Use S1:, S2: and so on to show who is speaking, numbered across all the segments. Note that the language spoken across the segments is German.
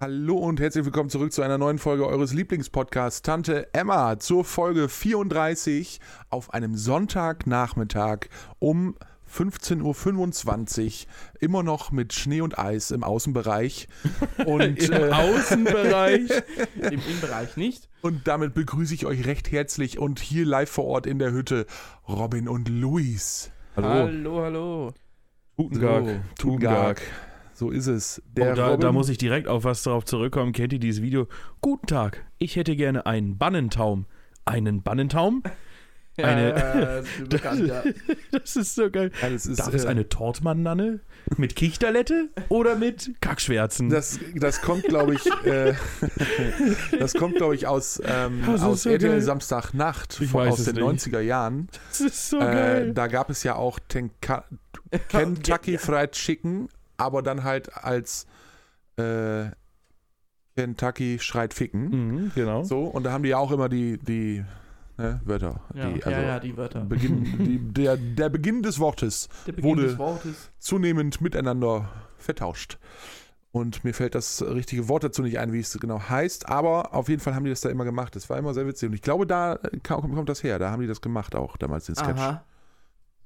S1: Hallo und herzlich willkommen zurück zu einer neuen Folge eures Lieblingspodcasts Tante Emma zur Folge 34 auf einem Sonntagnachmittag um 15.25 Uhr, immer noch mit Schnee und Eis im Außenbereich. Und,
S2: Im
S1: äh,
S2: Außenbereich, im Innenbereich nicht.
S1: und damit begrüße ich euch recht herzlich und hier live vor Ort in der Hütte Robin und Luis.
S2: Hallo, hallo.
S3: Tutengag.
S1: So, Tutengag. So ist es. Der
S3: Oh, da,
S1: Robin-
S3: da muss ich direkt auf was drauf zurückkommen. Kennt ihr dieses Video? Guten Tag, ich hätte gerne einen Bannentaum. Einen Bannentaum? Eine-
S2: ja, ist mir bekannt, ja.
S3: Das ist so geil.
S1: Ja, das ist,
S3: Darf es
S1: äh,
S3: eine Tortmann-Nanne? Mit Kichterlette? Oder mit Kackschwärzen?
S1: Das, das kommt, glaube ich, äh, das kommt, glaube ich, aus, ähm,
S3: Ah, Das ist
S1: aus
S3: so
S1: RTL
S3: geil.
S1: Samstagnacht
S3: Ich
S1: von,
S3: weiß
S1: aus
S3: es
S1: den
S3: nicht.
S1: 90er Jahren.
S3: Das ist so
S1: Äh,
S3: geil.
S1: da gab es ja auch Tenka Kentucky Fried Chicken, aber dann halt als äh, Kentucky schreit Ficken.
S3: Mhm, genau.
S1: So, und da haben die ja auch immer die, die ne, Wörter.
S2: Ja,
S1: die,
S2: ja, ja, die Wörter.
S1: Beginn, die, der, der Beginn des Wortes
S2: Der Beginn
S1: wurde-
S2: des Wortes.
S1: zunehmend miteinander vertauscht. Und mir fällt das richtige Wort dazu nicht ein, wie es genau heißt, aber auf jeden Fall haben die das da immer gemacht. Das war immer sehr witzig. Und ich glaube, da äh, ka- kommt das her. Da haben die das gemacht auch damals den Sketch.
S2: Aha,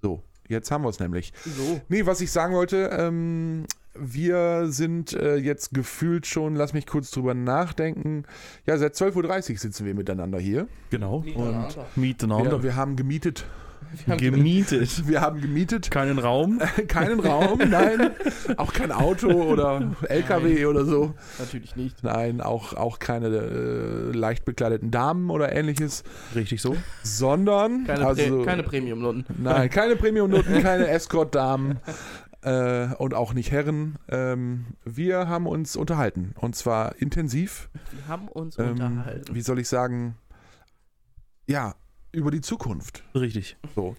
S1: So, jetzt haben wir es nämlich.
S2: so.
S1: Nee, was ich sagen wollte, ähm, wir sind äh, jetzt gefühlt schon, lass mich kurz drüber nachdenken. Ja, seit 12.30 Uhr sitzen wir miteinander hier.
S3: Genau.
S2: Und
S1: Wir,
S3: Miteinander.
S1: wir haben gemietet.
S3: Gemietet.
S1: Wir haben gemietet.
S3: Keinen Raum.
S1: Keinen Raum, nein. Auch kein Auto oder LKW oder so.
S2: Natürlich nicht.
S1: Nein, auch, auch keine äh, leicht bekleideten Damen oder ähnliches,
S3: Richtig so.
S1: sondern
S2: Keine,
S1: also,
S2: Prä keine Premium-Noten.
S1: nein, keine Premium-Noten, keine Escort-Damen äh, und auch nicht Herren. Ähm, wir haben uns unterhalten und zwar intensiv.
S2: Wir haben uns
S1: Ähm,
S2: unterhalten.
S1: wie soll ich sagen? Ja, über die Zukunft.
S3: Richtig.
S1: So.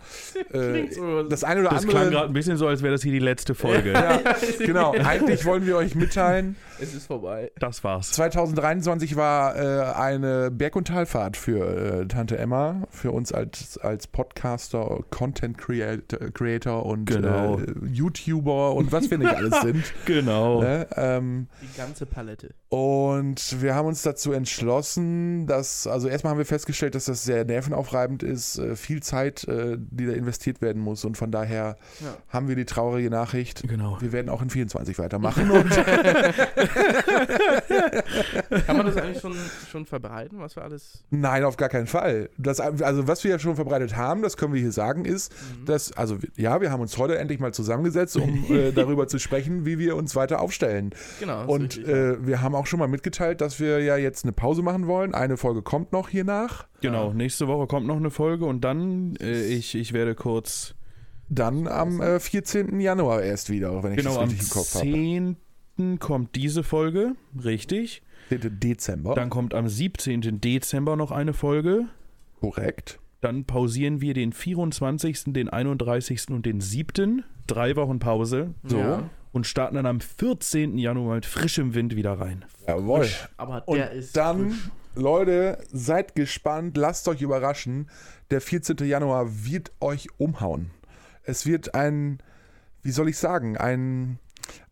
S2: Klingt
S1: Äh,
S2: so.
S1: das eine oder
S3: Das klang
S1: andere.
S3: gerade ein bisschen so, als wäre das hier die letzte Folge.
S1: Ja, genau. Eigentlich wollen wir euch mitteilen.
S2: es ist vorbei.
S3: Das war's.
S1: 2023 war äh, eine Berg- und Talfahrt für äh, Tante Emma, für uns als, als Podcaster, Content Creator, Creator und
S3: Genau.
S1: äh, YouTuber und was wir nicht alles sind.
S3: Genau.
S1: Ne? Ähm,
S2: Die ganze Palette.
S1: und wir haben uns dazu entschlossen, dass, also erstmal haben wir festgestellt, dass das sehr nervenaufreibend ist, äh, viel Zeit, äh, die da investiert werden muss. Und von daher
S2: Ja.
S1: haben wir die traurige Nachricht,
S3: Genau.
S1: wir werden auch in 24 weitermachen. Und
S2: Kann man das eigentlich schon, schon verbreiten, was wir alles.
S1: Nein, auf gar keinen Fall. Das, also was wir ja schon verbreitet haben, das können wir hier sagen, ist,
S2: Mhm.
S1: dass, also ja, wir haben uns heute endlich mal zusammengesetzt, um äh, darüber zu sprechen, wie wir uns weiter aufstellen.
S2: Genau. ist
S1: Und
S2: richtig.
S1: äh, wir haben auch schon mal mitgeteilt, dass wir ja jetzt eine Pause machen wollen. Eine Folge kommt noch hier nach.
S3: Genau, nächste Woche kommt noch eine Folge und dann, äh, ich, ich werde kurz,
S1: Dann am äh, 14. Januar erst wieder, wenn ich
S3: genau
S1: das
S3: am
S1: richtig im Kopf habe.
S3: 10. kommt diese Folge, richtig.
S1: 10. Dezember.
S3: Dann kommt am 17. Dezember noch eine Folge.
S1: Korrekt.
S3: Dann pausieren wir den 24., den 31. und den 7. Drei Wochen Pause
S1: so.
S2: Ja,
S3: und starten dann am 14. Januar mit frischem Wind wieder rein.
S1: Jawohl.
S2: aber
S1: Und
S2: der ist.
S1: dann, Leute, seid gespannt, lasst euch überraschen. Der 14. Januar wird euch umhauen. Es wird ein, wie soll ich sagen, ein,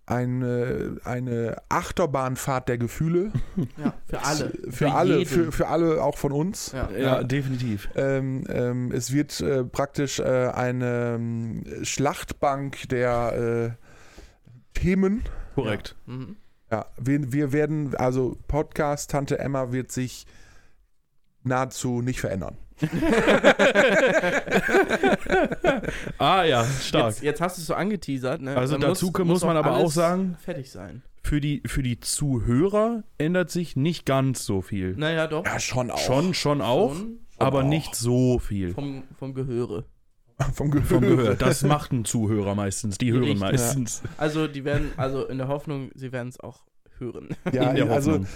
S1: eine, eine Achterbahnfahrt der Gefühle.
S2: Ja, für alle.
S1: Für, alle,
S2: jeden.
S1: für, für alle, auch von uns.
S2: ja.
S3: definitiv.
S1: Ähm, ähm, es wird äh, praktisch äh, eine ähm, Schlachtbank der äh, Themen.
S3: Korrekt.
S2: Mhm.
S1: Ja, wir, wir werden, also Podcast Tante Emma wird sich nahezu nicht verändern.
S3: Ah ja, stark.
S2: Jetzt, jetzt hast du es so angeteasert. Ne?
S3: Also
S2: Dann
S3: dazu muss, man aber auch
S2: alles
S3: sagen,
S2: Fertig sein.
S3: für die, für die Zuhörer ändert sich nicht ganz so viel.
S2: Naja, doch.
S1: Ja, schon auch.
S3: Schon, schon auch,
S2: Schon
S3: aber
S1: auch.
S3: nicht so viel.
S2: Vom, vom Gehöre.
S1: Vom Gehör.
S3: Vom Gehör. Das macht ein Zuhörer meistens. Die hören
S2: Richtig.
S3: meistens.
S2: Also, die werden, also in der Hoffnung, sie werden es auch hören.
S1: Ja,
S3: in der
S1: also
S3: Hoffnung.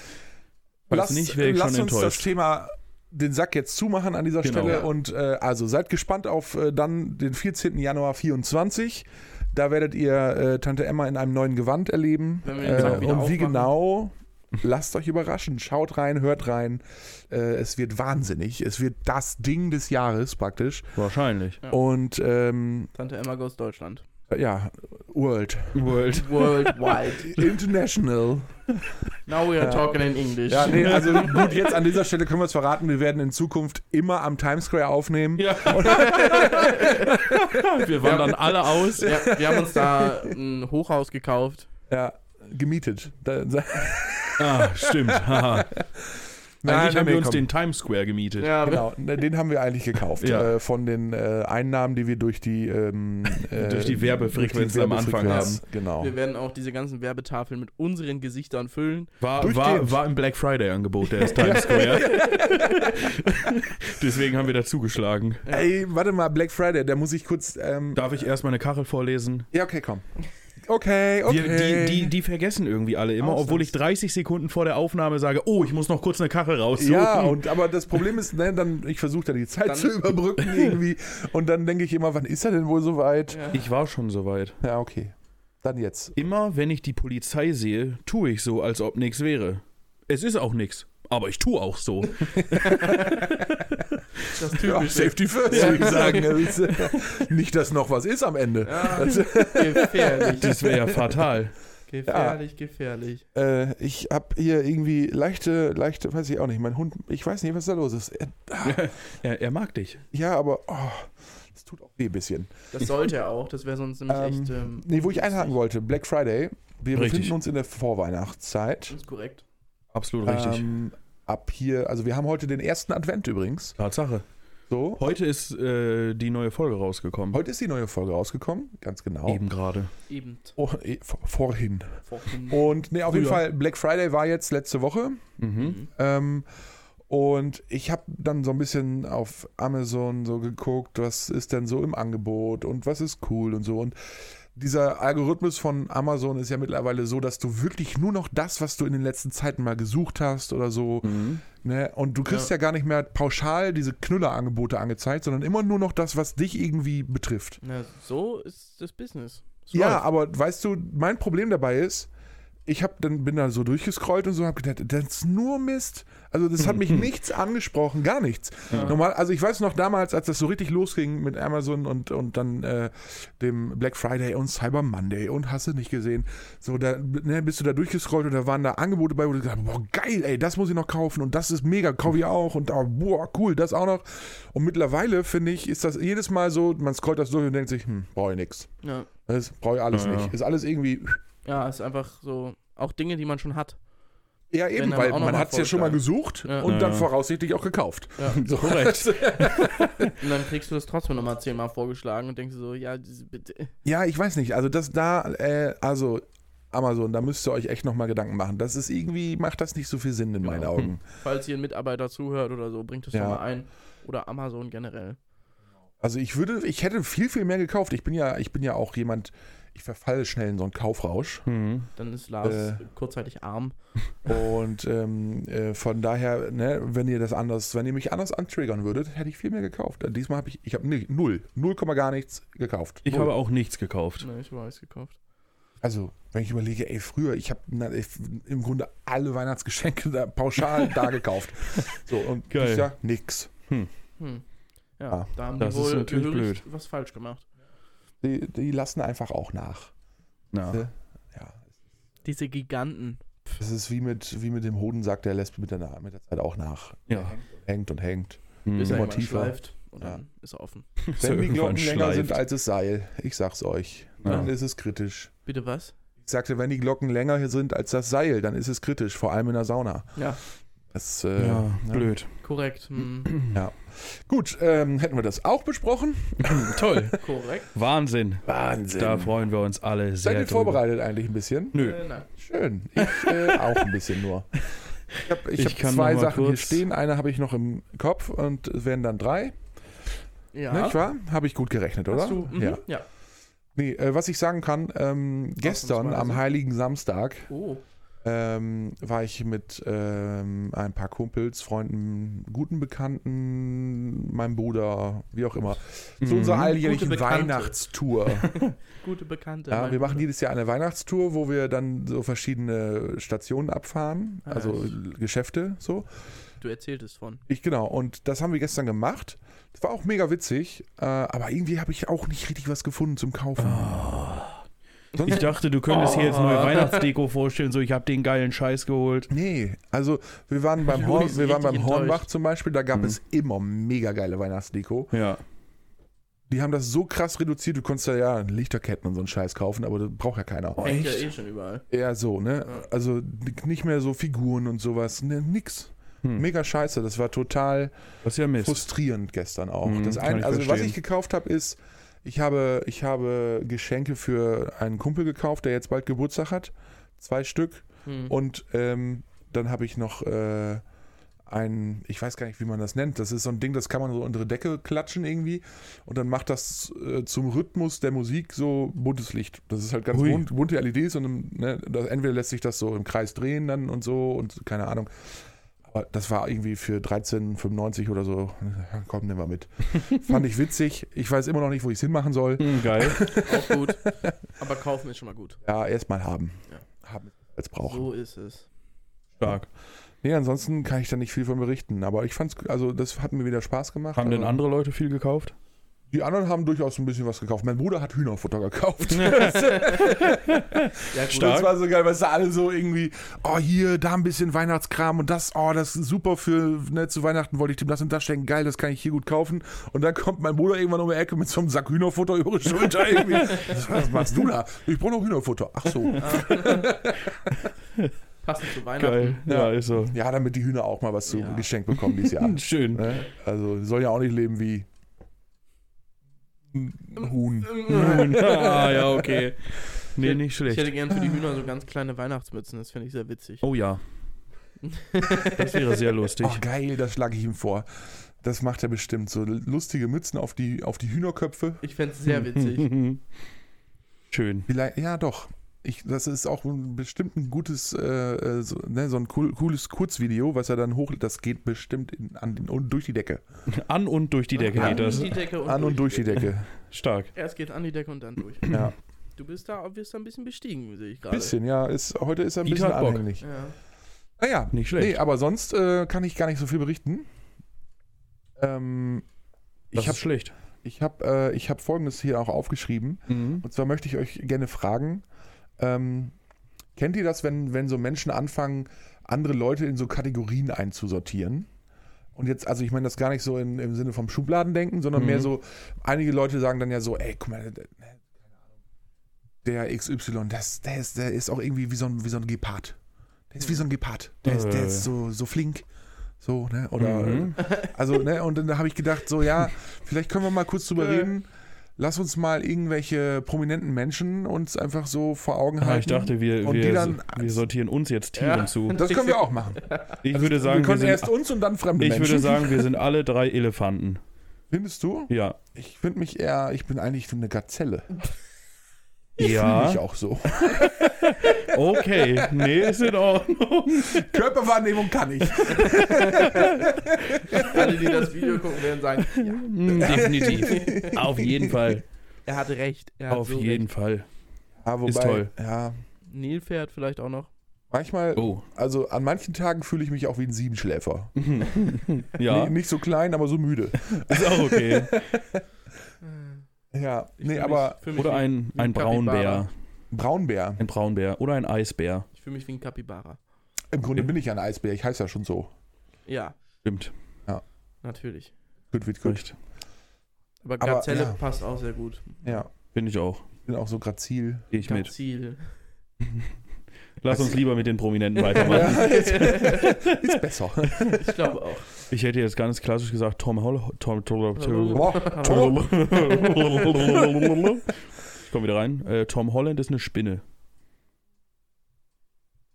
S3: Falls
S1: lasst,
S3: nicht, wäre ich
S1: lasst
S3: schon
S1: uns das
S3: enttäuscht.
S1: Thema den Sack jetzt zumachen an dieser
S3: Genau.
S1: Stelle
S3: Ja.
S1: und äh, also seid gespannt auf äh, dann den 14. Januar 24. Da werdet ihr äh, Tante Emma in einem neuen Gewand erleben.
S2: Wenn wir den
S1: äh,
S2: Sack
S1: und
S2: wieder
S1: wie
S2: aufmachen.
S1: genau, lasst euch überraschen. Schaut rein, hört rein. Äh, es wird wahnsinnig. Es wird das Ding des Jahres praktisch.
S3: Wahrscheinlich.
S2: Ja.
S1: Und ähm,
S2: Tante Emma Goes Deutschland.
S1: Ja, World.
S3: World.
S2: Worldwide.
S1: International.
S2: Now we are talking in English.
S1: Ja, nee, also gut, jetzt an dieser Stelle können wir es verraten. Wir werden in Zukunft immer am Times Square aufnehmen.
S3: Ja. Wir wandern alle aus.
S2: Ja, wir haben uns da ein Hochhaus gekauft.
S1: Ja, gemietet. Da, da,
S3: Ah, stimmt. Haha. Eigentlich haben
S1: nee,
S3: wir uns
S1: komm.
S3: den Times Square gemietet.
S2: Ja,
S1: Genau, ne, den haben wir eigentlich gekauft.
S3: Ja.
S1: Äh, von den äh, Einnahmen, die wir durch die, ähm, äh,
S3: Durch die
S1: durch
S3: Werbefrequenz
S1: die
S3: am Anfang
S1: Werbefrequenz, Genau.
S2: Wir werden auch diese ganzen Werbetafeln mit unseren Gesichtern füllen.
S3: War, war,
S1: Durchgehend.
S3: war im Black Friday Angebot, der ist Times Square. Deswegen haben wir da zugeschlagen.
S1: Ey, warte mal, Black Friday, da muss ich kurz. Ähm,
S3: Darf ich erst meine Kachel vorlesen?
S1: ja, okay, komm. Okay, okay.
S3: Wir, die, die, die vergessen irgendwie alle immer,
S2: Ausnahms-
S3: obwohl ich 30 Sekunden vor der Aufnahme sage, oh, ich muss noch kurz eine Kachel raussuchen.
S1: ja, und aber das Problem ist, ne, dann, ich versuche da die Zeit
S2: Dann-
S1: zu überbrücken irgendwie. Und dann denke ich immer, wann ist er denn wohl so weit?
S2: Ja.
S3: ich war schon soweit.
S1: Ja, okay. Dann jetzt.
S3: Immer wenn ich die Polizei sehe, tue ich so, als ob nichts wäre. Es ist auch nichts, aber ich tue auch so.
S2: Das
S1: Ja,
S2: typische.
S1: safety first, würde ich sagen. Das ist, äh, Nicht, dass noch was ist am Ende.
S2: Ja,
S1: Das-
S2: gefährlich.
S3: Das wäre ja fatal.
S2: Gefährlich, gefährlich.
S1: Äh, ich habe hier irgendwie leichte, leichte, weiß ich auch nicht, mein Hund, ich weiß nicht, was da los ist. Er,
S3: Er, er mag dich.
S1: ja, aber oh, das tut auch weh ein bisschen.
S2: Das sollte er auch, das wäre sonst nämlich
S1: Ähm,
S2: echt. Ähm,
S1: Nee, wo ich einhaken wollte, Black Friday. Wir
S3: Richtig.
S1: befinden uns in der Vorweihnachtszeit.
S2: ist korrekt.
S3: Absolut richtig.
S1: Ähm, ab hier, also wir haben heute den ersten Advent übrigens.
S3: Tatsache.
S1: So.
S3: Heute ist äh, die neue Folge rausgekommen.
S1: Heute ist die neue Folge rausgekommen, ganz genau.
S3: Eben gerade.
S2: Eben.
S1: Oh, eh, vor- vorhin.
S2: Vorhin.
S1: Und nee, auf jeden
S2: Früher.
S1: Fall, Black Friday war jetzt letzte Woche.
S3: Mhm.
S2: Mhm.
S1: Ähm, und ich habe dann so ein bisschen auf Amazon so geguckt, was ist denn so im Angebot und was ist cool und so. Und dieser Algorithmus von Amazon ist ja mittlerweile so, dass du wirklich nur noch das, was du in den letzten Zeiten mal gesucht hast oder so,
S3: Mhm.
S1: ne? und du kriegst ja. gar nicht mehr pauschal diese Knüller-Angebote angezeigt, sondern immer nur noch das, was dich irgendwie betrifft.
S2: Na, so ist das Business. Es
S1: Ja,
S2: läuft.
S1: aber weißt du, mein Problem dabei ist, ich hab dann bin da so durchgescrollt und so habe gedacht, das ist nur Mist. Also das hat mich nichts angesprochen, gar nichts. Normal, also ich weiß noch damals, als das so richtig losging mit Amazon und und dann äh, dem Black Friday und Cyber Monday und hast du nicht gesehen, so da ne, bist du da durchgescrollt und da waren da Angebote bei, wo du gesagt hast, boah geil, ey, das muss ich noch kaufen und das ist mega, kaufe ich auch und oh, boah cool, das auch noch. Und mittlerweile finde ich, ist das jedes Mal so, man scrollt das durch und denkt sich, hm, brauche ich nichts.
S2: Ja.
S1: Das brauche ich alles
S3: Ja, ja.
S1: nicht. Ist alles irgendwie.
S2: ja, ist einfach so. Auch Dinge, die man schon hat.
S1: Ja, eben,
S2: dann
S1: weil
S2: auch noch
S1: man
S2: mal
S1: hat es ja schon mal gesucht
S2: Ja.
S1: und
S3: Ja,
S1: dann
S3: ja.
S1: voraussichtlich auch gekauft.
S2: Ja.
S1: So.
S3: Korrekt.
S2: Und dann kriegst du das trotzdem nochmal zehnmal vorgeschlagen und denkst dir so, ja, diese- bitte.
S1: Ja, ich weiß nicht. Also, das da, äh, also Amazon, da müsst ihr euch echt nochmal Gedanken machen. Das ist irgendwie, macht das nicht so viel Sinn in meinen
S2: Genau.
S1: Augen.
S2: Falls ihr ein Mitarbeiter zuhört oder so, bringt das
S1: Ja.
S2: doch mal ein. Oder Amazon generell.
S1: Also, ich würde, ich hätte viel, viel mehr gekauft. Ich bin ja, ich bin ja auch jemand, ich verfalle schnell in so einen Kaufrausch.
S3: Mhm.
S2: Dann ist Lars
S1: Äh.
S2: kurzzeitig arm.
S1: Und ähm, äh, von daher, ne, wenn ihr das anders, wenn ihr mich anders antriggern würdet, hätte ich viel mehr gekauft. Diesmal habe ich, ich habe nicht, null, null Komma gar nichts gekauft.
S3: Ich
S1: null.
S3: habe auch nichts gekauft.
S2: Ne, ich habe Eis gekauft.
S1: Also, wenn ich überlege, ey, früher, ich habe im Grunde alle Weihnachtsgeschenke da pauschal da gekauft. So, und
S3: Geil.
S1: dieses Jahr nix.
S2: Hm. Ja,
S1: Ah,
S2: da haben
S3: das
S2: die
S3: ist
S2: wohl
S3: natürlich
S2: gehörig was falsch gemacht.
S1: Die, die lassen einfach auch nach.
S3: Na.
S1: Ja.
S2: Diese Giganten.
S1: Das ist wie mit, wie mit dem Hodensack, der lässt mit der, Na- mit der Zeit auch nach.
S3: Ja.
S1: Hängt und hängt.
S3: Mhm.
S2: Bis
S1: Immer
S2: er irgendwann
S1: tiefer.
S2: schleift und
S1: Ja.
S2: dann ist er offen.
S3: Bis er
S1: Wenn die
S3: irgendwann
S1: Glocken länger sind
S3: schleift.
S1: als das Seil, ich sag's euch,
S3: Ja.
S1: dann ist es kritisch.
S2: Bitte was?
S1: Ich sagte, wenn die Glocken länger sind als das Seil, dann ist es kritisch, vor allem in der Sauna.
S2: Ja.
S1: Das, äh,
S3: Ja,
S1: ne?
S3: blöd.
S2: Korrekt. Hm.
S1: Gut, ähm, hätten wir das auch besprochen.
S3: Toll.
S2: Korrekt.
S3: Wahnsinn.
S1: Wahnsinn.
S3: Da freuen wir uns alle sehr.
S1: Seid ihr
S3: drüber.
S1: vorbereitet eigentlich ein bisschen?
S3: Nö.
S2: Äh, nein.
S1: Schön. Ich äh, auch ein bisschen nur. Ich habe ich
S3: Ich
S1: hab
S3: kann
S1: zwei
S3: noch mal
S1: Sachen hier
S3: kurz-
S1: stehen. Eine habe ich noch im Kopf und es werden dann drei.
S2: Ja.
S1: Nicht wahr? Habe ich gut gerechnet, oder?
S2: Hast du, mhm.
S1: Ja.
S2: ja.
S1: Nee, äh, was ich sagen kann, ähm, gestern am
S2: Ausnahmsweise.
S1: Heiligen Samstag
S2: Oh,
S1: ähm, war ich mit ähm, ein paar Kumpels, Freunden, guten Bekannten, meinem Bruder, wie auch immer, zu
S3: Mhm.
S1: unserer alljährlichen
S2: Gute Bekannte.
S1: Weihnachtstour.
S2: gute Bekannte.
S1: Ja,
S2: mein
S1: wir machen
S2: Bruder.
S1: jedes Jahr eine Weihnachtstour, wo wir dann so verschiedene Stationen abfahren,
S2: Ah,
S1: also
S2: nice.
S1: Geschäfte so.
S2: Du erzähltest von.
S1: Ich genau, und das haben wir gestern gemacht. Das war auch mega witzig, äh, aber irgendwie habe ich auch nicht richtig was gefunden zum Kaufen.
S2: Ah.
S3: Ich
S1: Sonst,
S3: dachte, du könntest hier jetzt neue
S2: Oh.
S3: Weihnachtsdeko vorstellen, so ich habe den geilen Scheiß geholt.
S1: nee, also wir waren beim,
S2: Louis
S1: Horn,
S2: ist
S1: wir waren beim
S2: richtig
S1: Hornbach
S2: enttäuscht. Mhm.
S1: zum Beispiel, da gab es immer mega geile Weihnachtsdeko.
S3: Ja.
S1: Die haben das so krass reduziert, du konntest da ja Lichterketten und so einen Scheiß kaufen, aber das braucht ja keiner.
S2: Hängt ja eh schon überall.
S1: Eher so, ne? Also nicht mehr so Figuren und sowas, ne, nix.
S3: Hm.
S1: Mega scheiße, das war total
S3: Das ist ja Mist.
S1: frustrierend gestern auch.
S3: Mhm,
S1: das
S3: kann
S1: ein,
S3: ich
S1: also was
S3: verstehen.
S1: ich gekauft habe ist, ich habe, ich habe Geschenke für einen Kumpel gekauft, der jetzt bald Geburtstag hat, zwei Stück.
S2: Hm.
S1: Und ähm, dann habe ich noch äh, ein, ich weiß gar nicht, wie man das nennt. Das ist so ein Ding, das kann man so unter die Decke klatschen irgendwie. Und dann macht das äh, zum Rhythmus der Musik so buntes Licht. Das ist halt ganz
S3: Ui.
S1: bunt, bunte LEDs und ne, das, entweder lässt sich das so im Kreis drehen dann und so und keine Ahnung. Aber das war irgendwie für 13,95 oder so. Ja, Komm, nimm mal mit. Fand ich witzig. Ich weiß immer noch nicht, wo ich es hinmachen soll.
S3: Hm, geil.
S2: Auch gut. Aber kaufen ist schon mal gut.
S1: Ja, erstmal haben.
S2: Ja.
S1: Haben als brauchen.
S2: So ist es.
S3: Stark.
S1: Nee, ansonsten kann ich da nicht viel von berichten. Aber ich fand's, also das hat mir wieder Spaß gemacht.
S3: Haben denn
S1: Also,
S3: andere Leute viel gekauft?
S1: Die anderen haben durchaus ein bisschen was gekauft. Mein Bruder hat Hühnerfutter gekauft.
S2: Ja, gut.
S1: Das war so geil, weil sie alle so irgendwie, oh hier, da ein bisschen Weihnachtskram und das, oh, das ist super für, ne, zu Weihnachten wollte ich dem das und das schenken, geil, das kann ich hier gut kaufen. Und dann kommt mein Bruder irgendwann um die Ecke mit so einem Sack Hühnerfutter über die Schulter irgendwie. Was machst du da? Ich brauche noch Hühnerfutter. Ach so.
S2: Ah. Passend zu Weihnachten.
S3: Geil. Ja, Hm. ist so.
S1: Ja, damit die Hühner auch mal was zu
S2: Ja.
S1: geschenkt bekommen dieses Jahr.
S3: Schön.
S1: Ne? Also, die sollen ja auch nicht leben wie ein Huhn.
S3: Nun, ah, ja, okay. Nee, nicht
S2: Hm. Ich hätte
S3: schlecht.
S2: gern für die Hühner so ganz kleine Weihnachtsmützen. Das finde ich sehr witzig.
S3: Oh ja. Das wäre sehr lustig.
S1: Ach Oh, geil, das schlage ich ihm vor. Das macht er bestimmt. So lustige Mützen auf die, auf die Hühnerköpfe.
S2: Ich fände es sehr witzig.
S3: Mhm. Schön.
S1: Vielleicht, ja, doch. Ich, das ist auch ein- bestimmt ein gutes, äh, äh, so, ne, so ein cool, cooles Kurzvideo, was er dann hoch. Das geht bestimmt in, an den, und durch die Decke.
S3: An und durch die Decke
S2: an
S3: geht das.
S2: die Decke und
S1: an und durch die Decke.
S3: Stark.
S2: Erst geht an die Decke und dann durch.
S1: Ja.
S2: Du bist da, wirst da ein bisschen bestiegen, sehe ich gerade.
S1: Bisschen, ja. Ist, heute ist er ein
S3: Dieter
S1: bisschen
S3: hat Bock.
S1: anhänglich.
S2: Ja.
S1: Naja,
S3: Nicht schlecht.
S1: Ah Nee, aber sonst äh, kann ich gar nicht so viel berichten. Ähm,
S3: Das
S1: ich habe
S3: ist schlecht.
S1: ich hab, äh, ich hab Folgendes hier auch aufgeschrieben.
S3: Mhm.
S1: Und zwar möchte ich euch gerne fragen, ähm, kennt ihr das, wenn, wenn so Menschen anfangen, andere Leute in so Kategorien einzusortieren? Und jetzt, also ich meine das gar nicht so in, im Sinne vom Schubladendenken, sondern
S3: Mhm.
S1: mehr so, einige Leute sagen dann ja so, ey, guck mal, der- der XY, das, der, ist, der ist auch irgendwie wie so ein, wie so ein Gepard. Der ist wie so ein Gepard. Der ist, der
S3: Äh.
S1: ist so, so flink. So, ne? Oder
S3: Mhm.
S1: also, ne, und dann habe ich gedacht, so, ja, vielleicht können wir mal kurz drüber reden. Lass uns mal irgendwelche prominenten Menschen uns einfach so vor Augen halten.
S3: Ah, ich dachte, wir,
S1: Und die
S3: wir,
S1: dann-
S3: wir sortieren uns jetzt Tieren
S2: Ja.
S3: zu.
S1: das können wir auch machen. Also,
S3: Ich würde
S1: wir
S3: sagen, also wir
S1: können
S3: sind,
S1: erst uns und dann fremde
S3: ich
S1: Menschen.
S3: würde sagen, wir sind alle drei Elefanten.
S1: Findest du?
S3: Ja.
S1: Ich finde mich eher, ich bin eigentlich eine Gazelle. Fühle mich
S3: Ja.
S1: auch so.
S3: Okay. Nee, ist in Ordnung.
S1: Körperwahrnehmung kann ich.
S2: Alle, die das Video gucken, werden sagen, ja,
S3: Hm, Definitiv. Auf jeden Fall.
S2: er hatte recht. Er hat
S3: Auf
S2: so
S3: jeden Fall.
S1: Ja, wobei,
S3: toll.
S1: ja,
S2: Recht. Nilpferd vielleicht auch noch.
S1: manchmal,
S3: Oh.
S1: also an manchen Tagen fühle ich mich auch wie ein Siebenschläfer.
S3: Ja.
S1: Nee, nicht so klein, aber so müde.
S3: Ist auch okay.
S1: Ja,
S2: Ich
S1: nee,
S2: fühl
S1: aber
S2: mich, fühl mich
S3: Oder
S2: wie,
S3: ein, ein Braunbär.
S1: Braunbär.
S3: Ein Braunbär. Oder ein Eisbär.
S2: Ich fühle mich wie ein Kapibara.
S1: Im Grunde bin ich ein Eisbär, ich heiße ja schon so.
S2: Ja,
S3: Stimmt.
S2: natürlich.
S1: Gut, gut, gut.
S3: Recht.
S2: Aber
S1: Aber,
S2: Gazelle
S1: ja.
S2: passt auch sehr gut.
S1: Ja,
S3: Bin ich auch.
S1: ich bin auch so grazil.
S3: Gehe ich mit.
S2: Gazil.
S3: Lass uns lieber mit den Prominenten weitermachen.
S1: Ist besser.
S2: Ich glaube auch.
S3: Ich hätte jetzt ganz klassisch gesagt, Tom Hol Tom, Tom, Tom,
S1: Boah, Tom.
S3: Tom. Ich komme wieder rein. Äh, Tom Holland ist eine Spinne.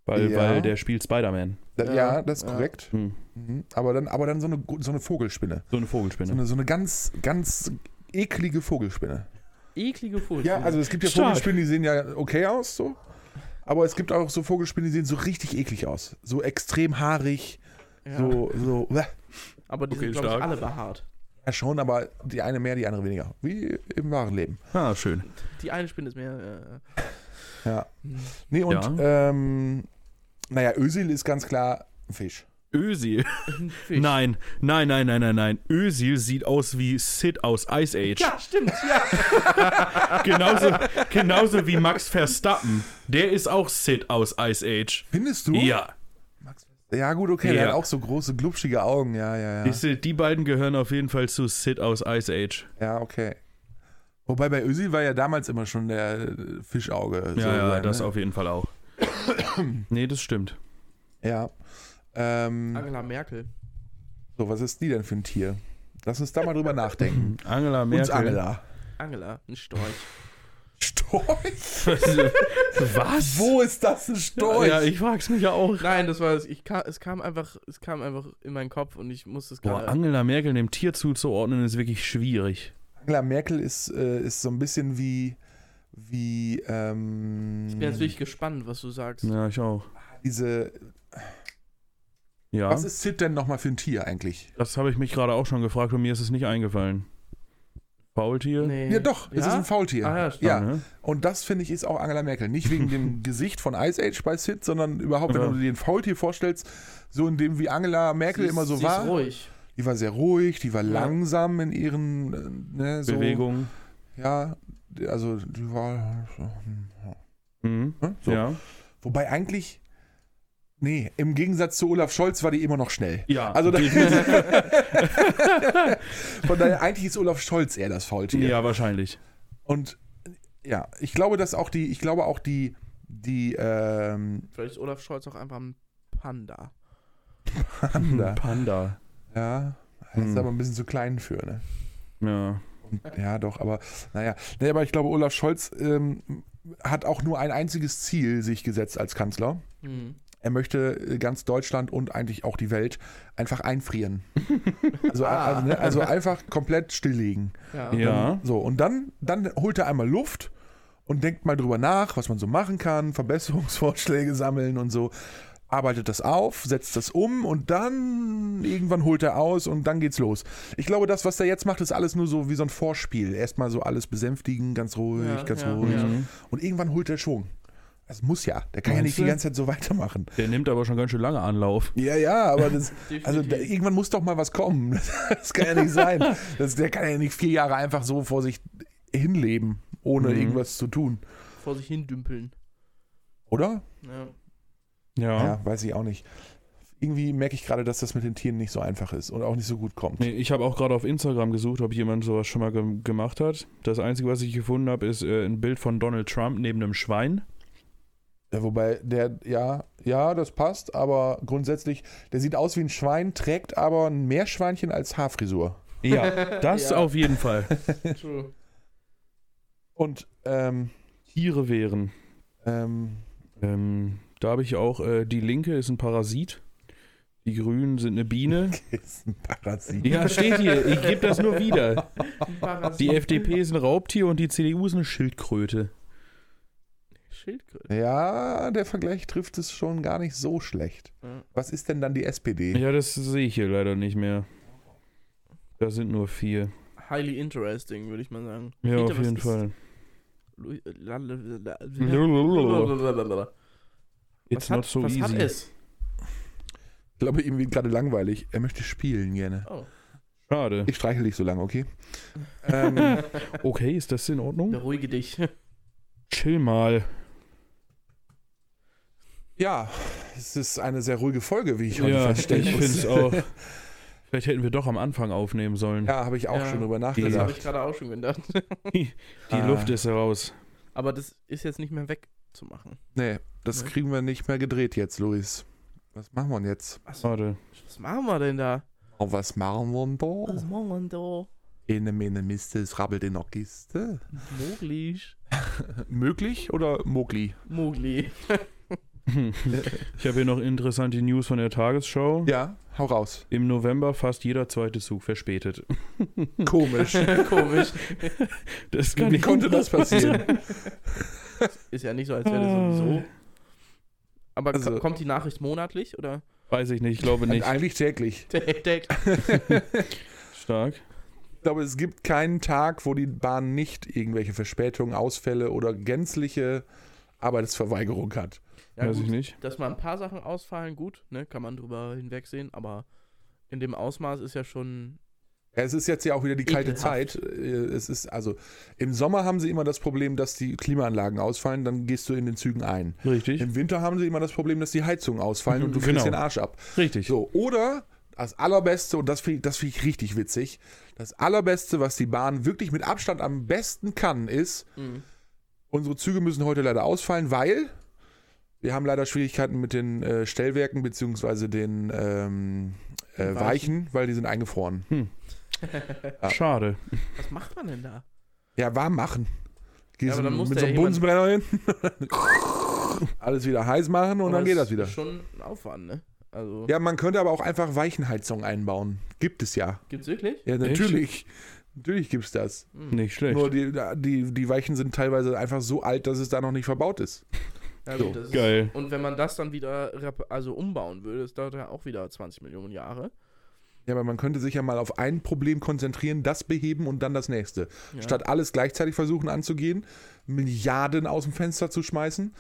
S3: Weil,
S1: Ja.
S3: weil der spielt Spider-Man.
S1: Da, ja,
S2: Ja,
S1: das ist
S2: ja.
S1: korrekt.
S3: Hm.
S1: Mhm. Aber dann, aber dann so, eine, so eine Vogelspinne.
S3: So eine Vogelspinne.
S1: So eine, so eine ganz, ganz eklige Vogelspinne.
S2: Eklige Furcht.
S1: Ja, also es gibt ja
S3: Stark.
S1: Vogelspinnen, die sehen ja okay aus, so. Aber es gibt auch so Vogelspinnen, die sehen so richtig eklig aus. So extrem haarig,
S2: Ja.
S1: so, so. bleh.
S2: Aber die
S3: Okay,
S2: sind, glaube
S3: stark.
S2: ich, alle behaart.
S1: Ja, schon, aber die eine mehr, die andere weniger. Wie im wahren Leben.
S3: ah, schön.
S2: Die eine Spinne ist mehr. äh,
S1: Ja. Nee, und, ähm, naja, Ösil ist ganz klar ein Fisch.
S2: Äh,
S3: Ösil.
S2: Ein Fisch.
S3: Nein, nein, nein, nein, nein, nein. Ösil sieht aus wie Sid aus Ice Age.
S2: Ja, stimmt, ja.
S3: Genauso, genauso wie Max Verstappen. Der ist auch Sid aus Ice Age.
S1: Findest du? Ah.
S3: Ja.
S1: Ja, gut, okay. Der
S3: Ja.
S1: hat auch so große, glubschige Augen. Ja, ja, ja.
S3: Siehst du, die beiden gehören auf jeden Fall zu Sid aus Ice Age.
S1: Ja, okay. Wobei bei Özil war ja damals immer schon der äh, Fischauge.
S3: Ja, ja, das
S1: ne?
S3: auf jeden Fall auch. nee, das stimmt.
S1: Ja. Ähm,
S2: Angela Merkel.
S1: so, was ist die denn für ein Tier? Lass uns da mal drüber nachdenken.
S3: Angela Merkel.
S1: Uns Angela.
S2: Angela, ein Storch.
S1: Storch?
S3: Was?
S1: Wo ist das ein Storch?
S3: Ja, ich frag's mich ja auch.
S2: Nein, das war es. Ich kam, es kam einfach, es kam einfach in meinen Kopf und ich musste es
S3: Boah,
S2: gerade.
S3: Angela Merkel dem Tier zuzuordnen, ist wirklich schwierig.
S1: Angela Merkel ist, äh, ist so ein bisschen wie, wie
S2: Ich bin jetzt
S1: ähm,
S2: wirklich gespannt, was du sagst.
S3: Ja, ich auch.
S1: diese.
S3: Ja,
S1: Was ist Sid denn nochmal für ein Tier eigentlich?
S3: das habe ich mich gerade auch schon gefragt und mir ist es nicht eingefallen. Faultier?
S2: Nee.
S1: Ja, doch, es ist ein Faultier.
S2: Ah, ja, stimmt.
S1: ja,
S3: ne?
S1: und das finde ich ist auch Angela Merkel. Nicht wegen dem Gesicht von Ice Age bei Sid, sondern überhaupt, wenn
S3: Ja.
S1: du dir den Faultier vorstellst, so in dem wie Angela Merkel
S2: Sie ist-
S1: immer so
S2: sie
S1: war.
S2: Ist ruhig.
S1: Die war sehr ruhig, die war
S2: Ja.
S1: langsam in ihren äh, ne, so,
S3: Bewegung.
S1: Ja, also die war. So, hm,
S3: Mhm.
S1: ne, so.
S3: Ja.
S1: Wobei eigentlich. Nee, im Gegensatz zu Olaf Scholz war die immer noch schnell.
S3: ja.
S1: Also da,
S3: definitiv.
S1: von daher, eigentlich ist Olaf Scholz eher das Faultier.
S3: ja, wahrscheinlich.
S1: Und ja, ich glaube, dass auch die, ich glaube auch die, die, ähm,
S2: Vielleicht ist Olaf Scholz auch einfach ein Panda.
S1: Panda,
S3: Panda.
S1: ja, das ist
S3: Hm.
S1: aber ein bisschen zu klein für, ne?
S3: Ja.
S1: Und, ja, doch, aber naja. Nee, aber ich glaube, Olaf Scholz ähm, hat auch nur ein einziges Ziel sich gesetzt als Kanzler.
S2: Hm.
S1: Er möchte äh, ganz Deutschland und eigentlich auch die Welt einfach einfrieren. Also,
S2: Ah.
S1: also, ne, also einfach komplett stilllegen.
S2: Ja.
S3: Ja.
S1: Ähm, So, und dann, dann holt er einmal Luft und denkt mal drüber nach, was man so machen kann, Verbesserungsvorschläge sammeln und so. Arbeitet das auf, setzt das um und dann irgendwann holt er aus und dann geht's los. Ich glaube, das, was er jetzt macht, ist alles nur so wie so ein Vorspiel. Erstmal so alles besänftigen, ganz ruhig,
S2: Ja,
S1: ganz
S2: ja,
S1: ruhig.
S2: ja.
S1: Und irgendwann holt er Schwung. Das muss ja. Der kann ja
S3: Meinst
S1: nicht die
S3: du?
S1: ganze Zeit so weitermachen.
S3: Der nimmt aber schon ganz schön lange Anlauf.
S1: Ja, ja, aber das, also da,
S2: Definitiv.
S1: irgendwann muss doch mal was kommen. Das kann ja nicht sein. Das, der kann ja nicht vier Jahre einfach so vor sich hinleben, ohne
S3: Mhm.
S1: irgendwas zu tun.
S2: Vor sich hin dümpeln.
S1: Oder?
S2: Ja.
S1: Ja,
S3: Ja.
S1: weiß ich auch nicht. Irgendwie merke ich gerade, dass das mit den Tieren nicht so einfach ist und auch nicht so gut kommt.
S3: Nee, ich habe auch gerade auf Instagram gesucht, ob jemand sowas schon mal gem- gemacht hat. Das Einzige, was ich gefunden habe, ist äh, ein Bild von Donald Trump neben einem Schwein.
S1: Ja, wobei der, ja, ja, das passt, aber grundsätzlich, der sieht aus wie ein Schwein, trägt aber ein Meerschweinchen als Haarfrisur.
S3: Ja, das
S2: Ja.
S3: auf jeden Fall.
S2: True.
S1: Und ähm,
S3: Tiere wären.
S1: ähm,
S3: Ähm, da habe ich auch, äh, die Linke ist ein Parasit. Die Grünen sind eine Biene.
S1: ist ein Parasit.
S3: Ja, steht hier. Ich gebe das nur wieder.
S2: Ein Parasit.
S3: Die FDP ist ein Raubtier und die CDU ist eine Schildkröte.
S2: Schildkröte.
S1: Ja, der Vergleich trifft es schon gar nicht so schlecht.
S2: Ja.
S1: Was ist denn dann die SPD?
S3: Ja, das sehe ich hier leider nicht mehr. Da sind nur vier.
S2: Highly interesting, würde ich mal sagen.
S3: Ja,
S2: Peter,
S3: auf
S2: was
S3: jeden
S2: ist-
S3: Fall.
S2: Lu- äh, la- la- la- la- Blablabla. Was
S3: It's not
S2: hat-
S3: so
S2: was
S3: easy.
S2: Hat es?
S1: Ich glaube, ihm wird gerade langweilig. Er möchte spielen gerne.
S2: Oh.
S3: Schade.
S1: Ich streichel dich so lange, okay? ähm,
S3: Okay, ist das in Ordnung?
S2: Beruhige dich.
S3: Chill mal.
S1: ja, es ist eine sehr ruhige Folge, wie ich heute
S3: Ja, ich
S1: feststellen
S3: finde es
S1: muss.
S3: auch. Vielleicht hätten wir doch am Anfang aufnehmen sollen.
S1: Ja, habe ich auch
S2: Ja.
S1: schon drüber
S2: Das
S1: nachgedacht.
S2: habe ich gerade auch schon gedacht.
S3: Die
S1: Ah.
S3: Luft ist raus.
S2: Aber das ist jetzt nicht mehr wegzumachen.
S1: Nee, das
S2: Nee.
S1: kriegen wir nicht mehr gedreht jetzt, Luis. Was machen wir denn jetzt?
S3: Schade.
S2: Was machen wir denn da?
S1: Oh, was machen wir denn
S2: Was
S1: da?
S2: machen wir denn da?
S1: Ene, mene, Miste, es rabbelt in der Kiste.
S2: Mogli.
S1: Möglich oder Mogli?
S2: Mogli.
S3: Ich habe hier noch interessante News von der Tagesschau.
S1: Ja, hau raus.
S3: Im November fast jeder zweite Zug verspätet.
S1: Komisch.
S2: Komisch.
S3: Das
S1: Wie konnte das passieren?
S2: Ist ja nicht so, als wäre das sowieso. Aber
S1: Hm. Also-
S2: ko- kommt die Nachricht monatlich oder
S3: Weiß ich nicht, ich glaube nicht.
S1: Eigentlich täglich.
S2: täglich?
S3: Stark.
S1: Ich glaube, es gibt keinen Tag, wo die Bahn nicht irgendwelche Verspätungen, Ausfälle oder gänzliche Arbeitsverweigerung hat.
S2: Ja,
S3: Weiß
S2: gut,
S3: ich nicht.
S2: Dass mal ein paar Sachen ausfallen, gut, ne, kann man drüber hinwegsehen, aber in dem Ausmaß ist ja schon.
S1: Es ist jetzt ja auch wieder die kalte
S2: Ekelhaft.
S1: Zeit. Äh, Es ist also im Sommer haben sie immer das Problem, dass die Klimaanlagen ausfallen, dann gehst du in den Zügen ein.
S3: Richtig.
S1: Im Winter haben sie immer das Problem, dass die Heizungen ausfallen und du
S3: Genau.
S1: frickst den Arsch ab.
S3: Richtig.
S1: So, oder das allerbeste, und das finde ich, das find ich richtig witzig, das allerbeste, was die Bahn wirklich mit Abstand am besten kann, ist,
S2: Mhm.
S1: unsere Züge müssen heute leider ausfallen, weil wir haben leider Schwierigkeiten mit den äh, Stellwerken bzw. den ähm, äh,
S2: Weichen.
S1: Weichen, weil die sind eingefroren.
S3: Schade.
S2: Was macht man denn da?
S1: Ja, warm machen.
S2: Ja,
S1: Gehst
S2: aber dann muss
S1: mit
S2: da
S1: so einem
S2: ja
S1: Bunsenbrenner hin. Alles wieder heiß machen und
S2: Aber
S1: dann geht das wieder.
S2: Ist schon ein Aufwand, ne? Also.
S1: Ja, man könnte aber auch einfach Weichenheizung einbauen. Gibt es ja.
S2: Gibt's wirklich?
S1: Ja,
S3: Echt?
S1: natürlich. Natürlich gibt es das.
S3: Nicht schlecht.
S1: Nur die, die, die Weichen sind teilweise einfach so alt, dass es da noch nicht verbaut ist.
S2: Ja,
S1: So.
S2: gut, das ist-
S3: Geil.
S2: Und wenn man das dann wieder rep- also umbauen würde, das dauert ja auch wieder 20 Millionen Jahre.
S1: Ja, aber man könnte sich ja mal auf ein Problem konzentrieren, das beheben und dann das nächste.
S2: Ja.
S1: Statt alles gleichzeitig versuchen anzugehen, Milliarden aus dem Fenster zu schmeißen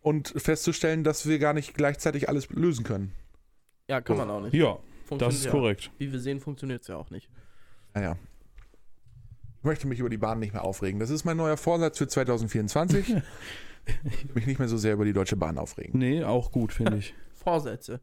S1: und festzustellen, dass wir gar nicht gleichzeitig alles lösen können.
S2: Ja, kann man auch nicht.
S3: Ja, das
S2: Funktioniert
S3: ist
S2: ja.
S3: korrekt.
S2: Wie wir sehen, funktioniert es ja auch nicht.
S1: Naja. Ich möchte mich über die Bahn nicht mehr aufregen. Das ist mein neuer Vorsatz für 2024. Ich möchte mich nicht mehr so sehr über die Deutsche Bahn aufregen.
S3: Nee, auch gut, finde ich.
S2: Vorsätze,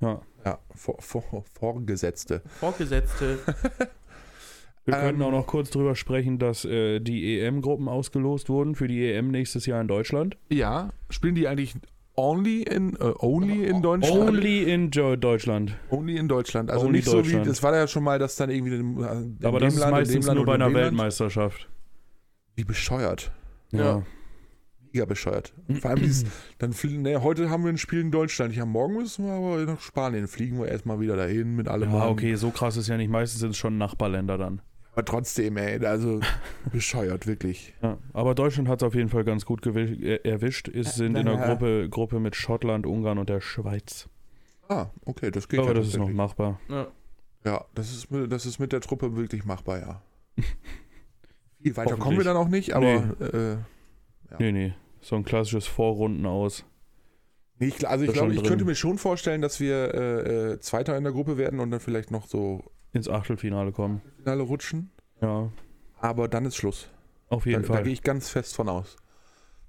S3: Ja.
S1: Ja, vor, vor, Vorgesetzte.
S2: Vorgesetzte,
S3: Wir
S1: Ähm.
S3: können auch noch kurz drüber sprechen, dass äh, die EM-Gruppen ausgelost wurden für die EM nächstes Jahr in Deutschland.
S1: Ja, spielen die eigentlich only in, äh, only in Deutschland?
S3: Only in jo Deutschland.
S1: Only in Deutschland. Also
S3: Only
S1: nicht so
S3: Deutschland.
S1: wie, das war ja schon mal, dass dann irgendwie in, in
S3: Aber das ist meistens nur bei
S1: und in
S3: einer
S1: dem Land.
S3: Weltmeisterschaft.
S1: Wie bescheuert.
S2: Ja.
S1: Mega bescheuert. Vor allem dieses, dann fliegen, ne, heute haben wir ein Spiel in Deutschland. Ja, morgen müssen wir aber nach Spanien. Fliegen wir erstmal wieder dahin mit allem.
S3: Ja,
S1: Mann.
S3: okay, so krass ist ja nicht. Meistens sind es schon Nachbarländer dann.
S1: Aber trotzdem, ey, also bescheuert, wirklich.
S3: Ja. Aber Deutschland hat es auf jeden Fall ganz gut gewi- äh, erwischt. Es sind in der
S1: Ja.
S3: Gruppe, Gruppe mit Schottland, Ungarn und der Schweiz.
S1: Ah, okay, das geht
S3: Ich glaube,
S1: ja
S3: das ist noch
S1: tatsächlich.
S3: machbar.
S2: ne,
S1: Ja, das ist, mit- das ist mit der Truppe wirklich machbar, ja. Viel weiter
S3: Hoffentlich.
S1: kommen wir dann auch nicht, aber äh, Ja.
S3: Nee, nee. So ein klassisches Vorrunden aus.
S1: nee, ich, also
S3: Ist
S1: ich glaube,
S3: schon
S1: ich
S3: drin.
S1: könnte mir schon vorstellen, dass wir äh, äh, Zweiter in der Gruppe werden und dann vielleicht noch so
S3: Ins Achtelfinale kommen.
S1: Finale rutschen.
S3: Ja,
S1: Aber dann ist Schluss.
S3: auf
S1: Da,
S3: jeden
S1: da
S3: Fall.
S1: gehe ich ganz fest von aus.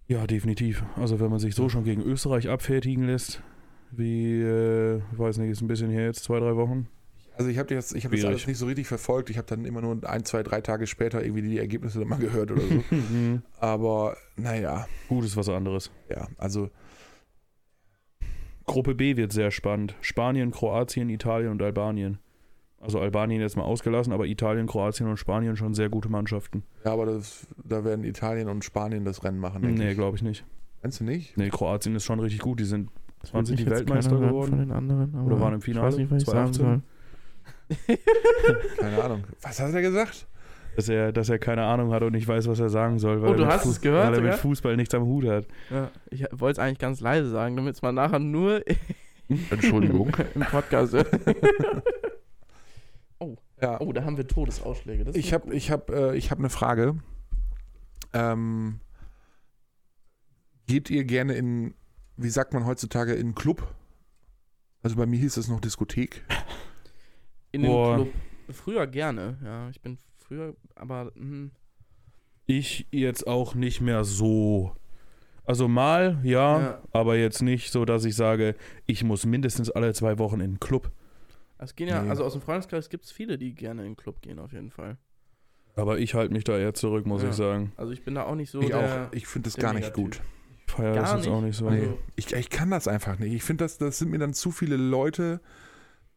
S3: Ja, definitiv. Also wenn man sich so schon gegen Österreich abfertigen lässt, wie, äh, ich weiß nicht, ist ein bisschen her jetzt, zwei, drei Wochen.
S1: Also ich habe das, ich hab das
S3: Schwierig.
S1: alles nicht so richtig verfolgt. Ich habe dann immer nur ein, zwei, drei Tage später irgendwie die Ergebnisse dann mal gehört oder so.
S3: Mhm.
S1: Aber naja,
S3: Gut ist was anderes.
S1: ja, also
S3: Gruppe B wird sehr spannend. Spanien, Kroatien, Italien und Albanien. Also Albanien jetzt mal ausgelassen, aber Italien, Kroatien und Spanien schon sehr gute Mannschaften.
S1: ja, aber das, da werden Italien und Spanien das Rennen machen. denke
S3: Nee,
S1: ich.
S3: glaube ich nicht.
S1: Meinst du nicht?
S3: Nee, Kroatien ist schon richtig gut. Die sind, waren sie
S2: Ich
S3: die
S2: jetzt
S3: Weltmeister
S2: keiner
S3: geworden?
S2: Von den anderen, aber
S3: Oder waren im
S2: Ich weiß
S3: Finale
S2: nicht, was ich sagen
S3: 2018?
S2: soll.
S1: Keine Ahnung. Was hat er gesagt?
S3: Dass er, dass er keine Ahnung hat und nicht weiß, was er sagen soll, weil,
S2: Oh,
S3: er,
S2: du
S3: mit
S2: hast es
S3: Fuß-
S2: gehört
S3: weil er mit
S2: sogar?
S3: Fußball nichts am Hut hat.
S2: Ja, ich wollte es eigentlich ganz leise sagen, damit es mal nachher nur
S1: Entschuldigung.
S2: im Podcast wird.
S1: Ja.
S2: Oh, da haben wir Todesausschläge. Das ist
S1: Ich habe ich hab, äh, ich hab eine Frage. Ähm, geht ihr gerne in, wie sagt man heutzutage, in einen Club? Also bei mir hieß es noch Diskothek.
S2: in den
S3: Boah.
S2: Club. Früher gerne, ja. Ich bin früher, aber hm,
S3: Ich jetzt auch nicht mehr so. Also mal, ja,
S2: Ja.
S3: aber jetzt nicht so, dass ich sage, ich muss mindestens alle zwei Wochen in den Club.
S2: es gehen ja,
S1: Nee.
S2: also aus dem Freundeskreis gibt es viele, die gerne in den Club gehen, auf jeden Fall.
S3: Aber ich halte mich da eher zurück, muss
S2: Ja.
S3: ich sagen.
S2: Also ich bin da auch nicht so
S1: ich
S2: der,
S1: auch. Ich finde das
S2: der
S1: gar nicht
S2: Megatyp.
S1: gut.
S3: Ich feiere
S2: Gar
S3: das jetzt auch nicht so.
S2: Also,
S1: Nee. Ich, ich kann das einfach nicht. Ich finde, das, das sind mir dann zu viele Leute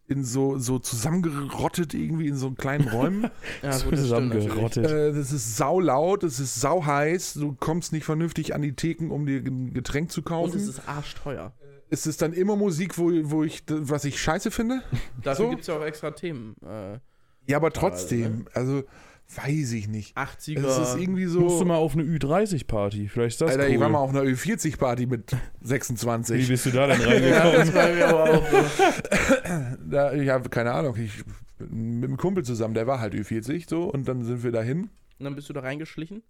S1: in so, so zusammengerottet irgendwie in so kleinen Räumen.
S2: Ja,
S3: So
S2: gut, das stimmt natürlich.
S3: zusammengerottet.
S1: Äh, das ist saulaut, es ist sauheiß, du kommst nicht vernünftig an die Theken, um dir ein Getränk zu
S2: Und
S1: kaufen.
S2: es ist arschteuer.
S1: Ist es dann immer Musik, wo, wo ich, was ich scheiße finde?
S2: Dafür
S1: So?
S2: gibt es ja auch extra Themen. Äh,
S1: Ja, aber
S2: Teilweise,
S1: trotzdem, also weiß ich nicht. Also
S2: 80er.
S1: Es ist irgendwie
S3: Musst du
S1: so.
S3: mal auf eine Ü30-Party. Vielleicht ist das
S1: Alter,
S3: cool.
S1: ich war mal auf einer Ü40-Party mit
S3: Wie
S1: 26.
S3: bist du da denn
S2: ja,
S3: reingekommen?
S2: das war mir aber auch so.
S1: Da, ich habe keine Ahnung, ich bin mit einem Kumpel zusammen, der war halt Ü40 so und dann sind wir dahin.
S2: Und dann bist du da reingeschlichen.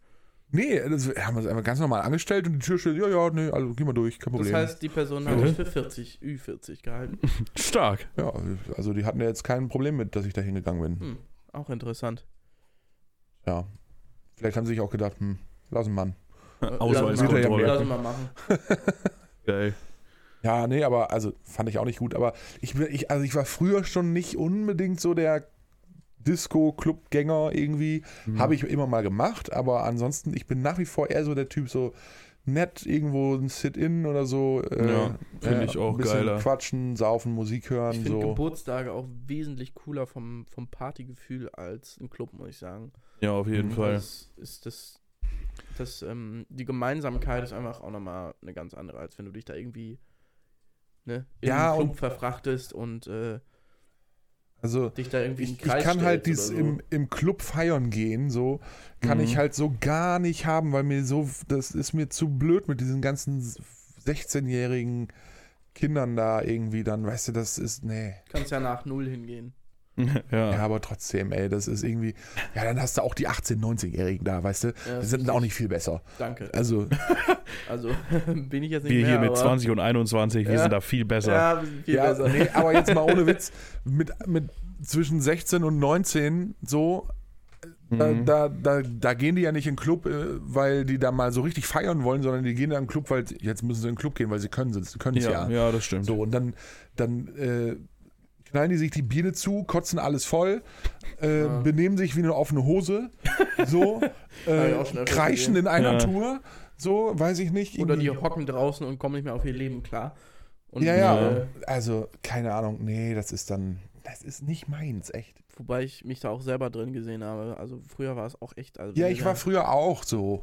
S1: Nee, das haben wir uns einfach ganz normal angestellt und die Tür steht, ja, ja, nee, also geh mal durch, kein
S2: Das
S1: Problem. Mhm.
S2: heißt, die Person hat mich für 40, Ü40 gehalten.
S3: Stark.
S1: ja, also die hatten ja jetzt kein Problem mit, dass ich da hingegangen bin.
S2: Hm, auch interessant.
S1: Ja. Vielleicht haben sie sich auch gedacht, hm, lass ihn Mann.
S3: Ausweiskontrolle.
S2: Lass mal machen.
S3: Geil.
S1: Ja, nee, aber also fand ich auch nicht gut, aber ich bin ich also ich war früher schon nicht unbedingt so der Disco Clubgänger irgendwie,
S3: Hm.
S1: habe ich immer mal gemacht, aber ansonsten ich bin nach wie vor eher so der Typ so nett irgendwo ein Sit-in oder so äh,
S3: Ja, find ich auch
S1: ein bisschen
S3: geiler.
S1: quatschen, saufen, Musik hören
S2: Ich finde
S1: so.
S2: Geburtstage auch wesentlich cooler vom, vom Partygefühl als im Club, muss ich sagen.
S3: Ja, auf jeden
S1: Mhm.
S3: Fall.
S2: Das ist das. das ähm, die Gemeinsamkeit ist einfach auch nochmal eine ganz andere, als wenn du dich da irgendwie ne, in
S1: Ja,
S2: den Club
S1: und-
S2: verfrachtest und äh,
S1: Also
S2: dich da irgendwie in
S1: ich,
S2: den
S1: ich
S2: Kreis
S1: kann halt
S2: stellst
S1: dieses
S2: oder so.
S1: im, im Club feiern gehen, so kann
S3: Mhm.
S1: ich halt so gar nicht haben, weil mir so, das ist mir zu blöd mit diesen ganzen 16-jährigen Kindern da irgendwie dann, weißt du, das ist, nee.
S2: kannst ja nach Null hingehen.
S1: Ja,
S3: ja.
S1: aber trotzdem, ey, das ist irgendwie, ja, dann hast du auch die 18-, 19-Jährigen da, weißt du,
S2: Ja,
S1: die sind auch nicht viel besser.
S2: Danke.
S1: Also,
S2: Also bin ich jetzt nicht
S3: Wir
S2: mehr,
S3: hier mit
S2: aber,
S3: 20 und 21, wir
S2: Ja.
S3: sind da viel besser.
S2: Ja, wir sind viel
S1: ja,
S2: besser.
S1: nee, aber jetzt mal ohne Witz, mit, mit zwischen 16 und 19 so, Da,
S3: Mhm.
S1: da, da, da gehen die ja nicht in den Club, äh, weil die da mal so richtig feiern wollen, sondern die gehen da in den Club, weil sie- jetzt müssen sie in den Club gehen, weil sie können es können es ja.
S3: ja, ja, das stimmt.
S1: So, und dann, dann äh, knallen die sich die Biere zu, kotzen alles voll, äh,
S2: Ja.
S1: benehmen sich wie eine offene Hose, so,
S2: ich
S1: äh,
S2: auch schon öfter
S1: kreischen in
S2: gesehen.
S1: einer
S3: Ja.
S1: Tour, so, weiß ich nicht.
S2: Oder die
S1: irgendwie-
S2: hocken draußen und kommen nicht mehr auf ihr Leben klar. Und,
S1: ja, ja,
S2: Äh,
S1: also, keine Ahnung, nee, das ist dann, das ist nicht meins, echt.
S2: wobei ich mich da auch selber drin gesehen habe. Also früher war es auch echt. Also
S1: Ja,
S2: wenn
S1: ich
S2: du
S1: war
S2: da-
S1: früher auch so.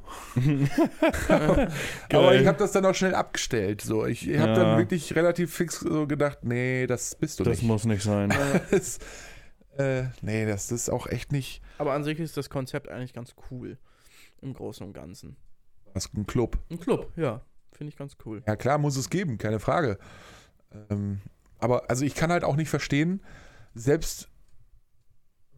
S1: Aber ich habe das dann auch schnell abgestellt. So. Ich habe
S3: Ja.
S1: dann wirklich relativ fix so gedacht, nee, das bist du
S3: das
S1: nicht.
S3: muss nicht sein.
S1: Das, äh, nee, das ist auch echt nicht
S2: Aber an sich ist das Konzept eigentlich ganz cool. Im Großen und Ganzen.
S1: was ein Club.
S2: Ein Club, ja. Finde ich ganz cool.
S1: Ja klar, muss es geben, keine Frage. Ähm, aber also ich kann halt auch nicht verstehen, selbst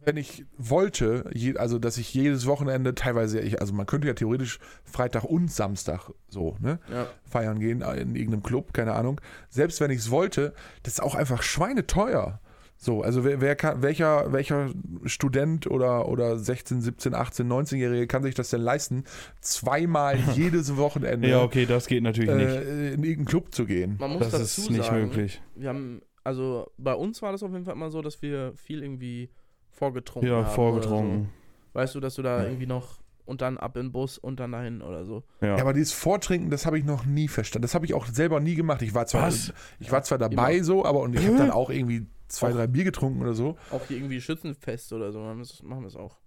S1: wenn ich wollte, je, also dass ich jedes Wochenende teilweise, ich, also man könnte ja theoretisch Freitag und Samstag so, ne?
S2: Ja.
S1: feiern gehen äh, in irgendeinem Club, keine Ahnung. Selbst wenn ich es wollte, das ist auch einfach schweineteuer. So, also wer, wer kann, welcher, welcher Student oder, oder 16, 17, 18, 19-Jährige kann sich das denn leisten, zweimal jedes
S2: ne?
S1: Wochenende
S3: Ja, okay, das geht natürlich nicht.
S1: äh, in irgendeinen Club zu gehen?
S2: Man muss
S3: Das
S2: dazu
S3: ist nicht
S2: sagen,
S3: möglich.
S2: wir haben, also bei uns war das auf jeden Fall immer so, dass wir viel irgendwie vorgetrunken haben.
S3: Ja,
S2: oder
S3: vorgetrunken.
S2: So. Weißt du, dass du da irgendwie noch und dann ab in den Bus und dann dahin oder so.
S3: Ja.
S1: Ja, aber dieses Vortrinken, das habe ich noch nie verstanden. Das habe ich auch selber nie gemacht. Ich war zwar,
S3: Was?
S1: ich war zwar dabei so, aber und ich habe dann auch irgendwie zwei, drei Bier getrunken oder so.
S2: Auch hier irgendwie Schützenfest oder so, dann müssen- machen wir es auch.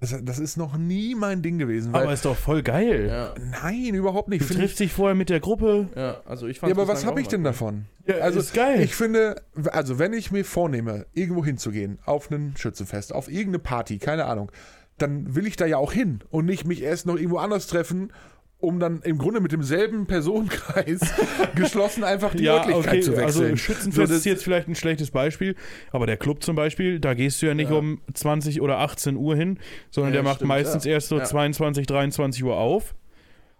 S1: Das, das ist noch nie mein Ding gewesen. Weil,
S3: aber ist doch voll geil.
S2: Ja,
S1: nein, überhaupt nicht.
S3: Du
S1: Finde ich
S3: triffst dich vorher mit der Gruppe.
S2: ja also ich fand
S1: Ja, aber was habe ich denn davon?
S3: Ja,
S1: also,
S3: ist geil.
S1: Ich finde, also wenn ich mir vornehme, irgendwo hinzugehen, auf ein Schützenfest, auf irgendeine Party, keine Ahnung, dann will ich da ja auch hin und nicht mich erst noch irgendwo anders treffen, um dann im Grunde mit demselben Personenkreis geschlossen einfach die Örtlichkeit zu
S3: also
S1: wechseln.
S3: Schützenfest
S1: das-
S3: ist jetzt vielleicht ein schlechtes Beispiel, aber der Club zum Beispiel, da gehst du ja nicht
S2: Ja.
S3: um 20 oder 18 Uhr hin, sondern
S2: Ja,
S3: der macht
S2: stimmt,
S3: meistens
S2: ja.
S3: erst so
S2: Ja.
S3: 22, 23 Uhr auf.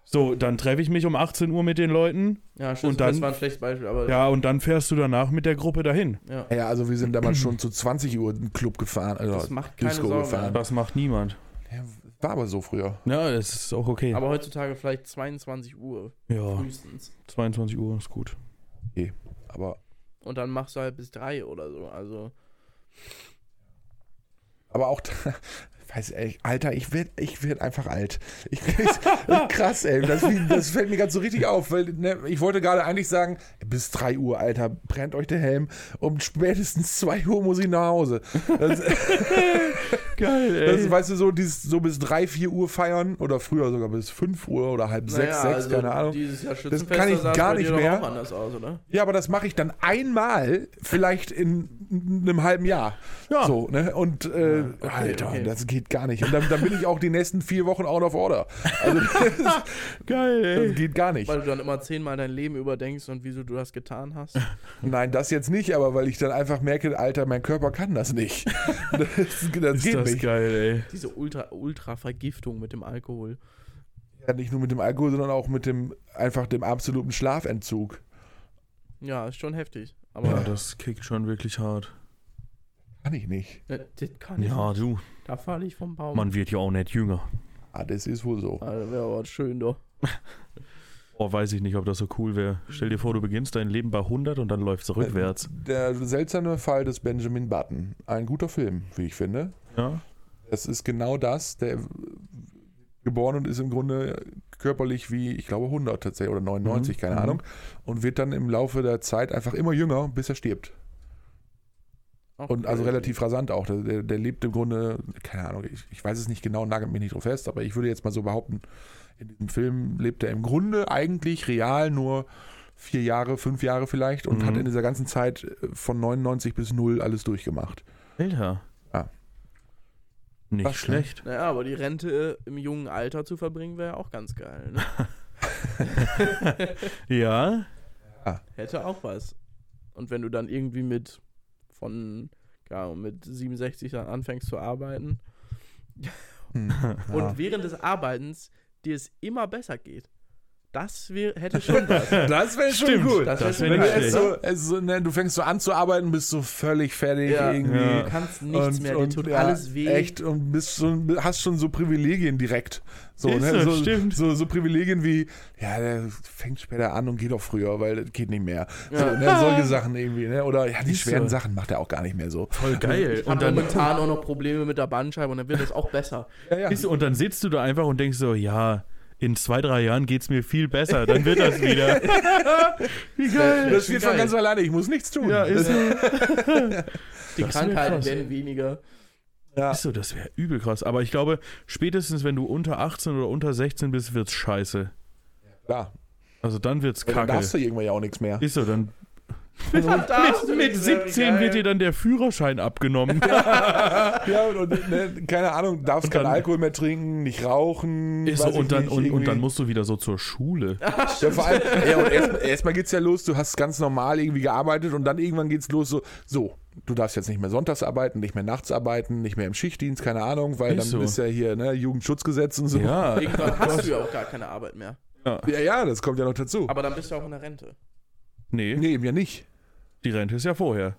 S3: So, dann treffe ich mich um 18 Uhr mit den Leuten.
S2: Ja,
S3: Und
S2: Schützenfest
S3: dann-
S2: war ein schlechtes Beispiel, aber
S3: Ja, und dann fährst du danach mit der Gruppe dahin.
S2: ja.
S1: ja, also wir sind damals schon zu 20 Uhr in den Club gefahren. Also
S2: Das macht keine
S1: Disco
S2: Sau mehr.
S1: gefahren.
S3: Das macht niemand.
S1: Ja, war aber so früher.
S3: Ja, das ist auch okay.
S2: aber heutzutage vielleicht 22 Uhr
S3: ja,
S2: frühestens.
S3: 22 Uhr ist gut.
S1: Aber,
S2: Und dann machst du halt bis drei oder so. Also,
S1: aber auch. da- Weiß ey, Alter, ich werd, ich werd einfach alt. Ich, ich, krass, ey. Das, das fällt mir gerade so richtig auf, weil ne, ich wollte gerade eigentlich sagen, bis 3 Uhr, Alter, brennt euch der Helm. Um spätestens 2 Uhr muss ich nach Hause. Das,
S3: Geil, ey.
S1: das, weißt du, so, dieses, so bis 3, 4 Uhr feiern oder früher sogar bis 5 Uhr oder halb 6, 6,
S2: also
S1: keine Ahnung.
S2: Dieses Jahr
S1: kann
S2: Schützenfest,
S1: ich
S2: sah es
S1: gar
S2: bei dir
S1: nicht
S2: doch
S1: mehr.
S2: Auch anders aus, oder?
S1: Ja, aber das mache ich dann einmal, vielleicht in einem halben Jahr.
S3: Ja.
S1: So, ne? Und äh, Alter,
S2: okay.
S1: das geht gar nicht. Und dann, dann bin ich auch die nächsten vier Wochen out of order. Also das,
S3: Geil, ey.
S1: das Äh, geht gar nicht.
S2: Weil du dann immer zehnmal dein Leben überdenkst und wieso du das getan hast.
S1: Nein, das jetzt nicht, aber weil ich dann einfach merke, Alter, mein Körper kann das nicht. Das, das
S3: Ist
S1: geht
S3: das
S1: mich.
S3: geil,
S2: Diese Ultra- Ultra-Vergiftung mit dem Alkohol.
S1: Ja, nicht nur mit dem Alkohol, sondern auch mit dem einfach dem absoluten Schlafentzug.
S2: Ja, ist schon heftig.
S3: ey. Ja,
S2: Aber
S3: das kickt schon wirklich hart.
S1: Kann ich nicht.
S2: äh, das kann ich.
S3: Ja, du,
S2: nicht. Da falle ich vom Baum.
S3: man wird ja auch nicht jünger.
S1: Ah, das ist wohl so.
S2: Alter, wäre aber schön doch.
S3: Oh, weiß ich nicht, ob das so cool wäre. Stell dir vor, du beginnst dein Leben bei 100 und dann läuft's rückwärts.
S1: Äh, Der seltsame Fall des Benjamin Button. Ein guter Film, wie ich finde.
S3: Ja?
S1: Das ist genau das, der geboren und ist im Grunde körperlich wie, ich glaube, 100 tatsächlich oder 99,
S3: Mhm,
S1: keine
S3: mhm.
S1: Ahnung. Und wird dann im Laufe der Zeit einfach immer jünger, bis er stirbt.
S2: Auch
S1: Und also
S2: crazy.
S1: relativ rasant auch. Der- Der, der lebt im Grunde, keine Ahnung, ich, ich weiß es nicht genau, nagelt mich nicht drauf fest, aber ich würde jetzt mal so behaupten, in diesem Film lebt er im Grunde eigentlich real nur vier Jahre, fünf Jahre vielleicht und
S3: Mhm.
S1: hat in dieser ganzen Zeit äh, von 99 bis 0 alles durchgemacht.
S3: Alter.
S1: Ja.
S3: Nicht
S1: Was, ne?
S3: schlecht.
S2: Naja, aber die Rente im jungen Alter zu verbringen wäre ja auch ganz geil. Ne?
S3: Ja,
S2: Hätte auch was. Und wenn du dann irgendwie mit von keine Ahnung, mit 67 dann anfängst zu arbeiten
S1: Hm. Ja.
S2: und während des Arbeitens dir es immer besser geht, das wär, hätte schon was.
S1: das wäre
S3: Stimmt.
S2: Das
S3: Das
S2: wär
S3: wär
S1: Wenn du,
S3: nicht
S2: geil,
S1: erst
S3: schlecht.
S2: ne?
S1: so, erst so, ne, du fängst so an zu arbeiten, bist so völlig fertig
S2: Ja.
S1: irgendwie.
S2: Du
S3: Ja.
S2: kannst nichts
S1: Und-
S2: mehr, dir
S1: und,
S2: tut
S1: ja,
S2: alles weh.
S1: Echt, und bist schon, hast schon so Privilegien direkt. So,
S3: Ist
S1: ne?
S3: so,
S1: so,
S3: stimmt.
S1: So, so Privilegien wie, ja, der fängt später an und geht auch früher, weil das geht nicht mehr. So,
S2: Ja.
S1: ne? Solche Sachen irgendwie, ne? Oder ja, die
S3: Ist
S1: schweren
S3: so.
S1: Sachen macht er auch gar nicht mehr so.
S3: voll geil.
S2: Ich
S3: Und
S2: habe
S3: dann,
S2: momentan auch noch Probleme mit der Bandscheibe und dann wird es auch besser.
S1: Ja, ja.
S3: ist, und dann sitzt du da einfach und denkst so, ja, in zwei, drei Jahren geht's mir viel besser, dann wird das wieder. Wie geil.
S1: Das wird von
S2: geil.
S1: ganz alleine, ich muss nichts tun.
S3: Ja, ist
S1: das,
S3: so.
S2: Die
S3: Das wär
S2: Krankheiten
S3: krass.
S2: werden weniger.
S1: ja.
S3: Ist so, das wäre übel krass. Aber ich glaube, spätestens wenn du unter 18 oder unter 16 bist, wird's scheiße.
S1: klar.
S3: Also dann wird's
S1: Dann
S3: kacke.
S1: darfst du irgendwann ja auch nichts mehr.
S3: Ist so, dann
S2: Mit,
S3: mit 17 wird dir dann der Führerschein abgenommen.
S1: Ja, und, ne, keine Ahnung, darfst
S3: dann-
S1: keinen Alkohol mehr trinken, nicht rauchen.
S3: Ist so,
S1: weiß ich
S3: und, dann,
S1: nicht,
S3: und, und dann
S1: irgendwie.
S3: musst du wieder so zur Schule.
S1: Ja, vor allem, ja, und erst, erstmal geht's ja los, du hast ganz normal irgendwie gearbeitet und dann irgendwann geht's los so, so, du darfst jetzt nicht mehr sonntags arbeiten, nicht mehr nachts arbeiten, nicht mehr im Schichtdienst, keine Ahnung, weil
S3: Ist
S1: dann
S3: so.
S1: ist ja hier, ne, Jugendschutzgesetz und so.
S3: Ja.
S2: Irgendwann hast du ja auch gar keine Arbeit mehr.
S1: ja, ja, das kommt ja noch dazu.
S2: Aber dann bist du auch in der Rente.
S3: Nee,
S1: nee, eben ja nicht.
S3: die Rente ist ja vorher.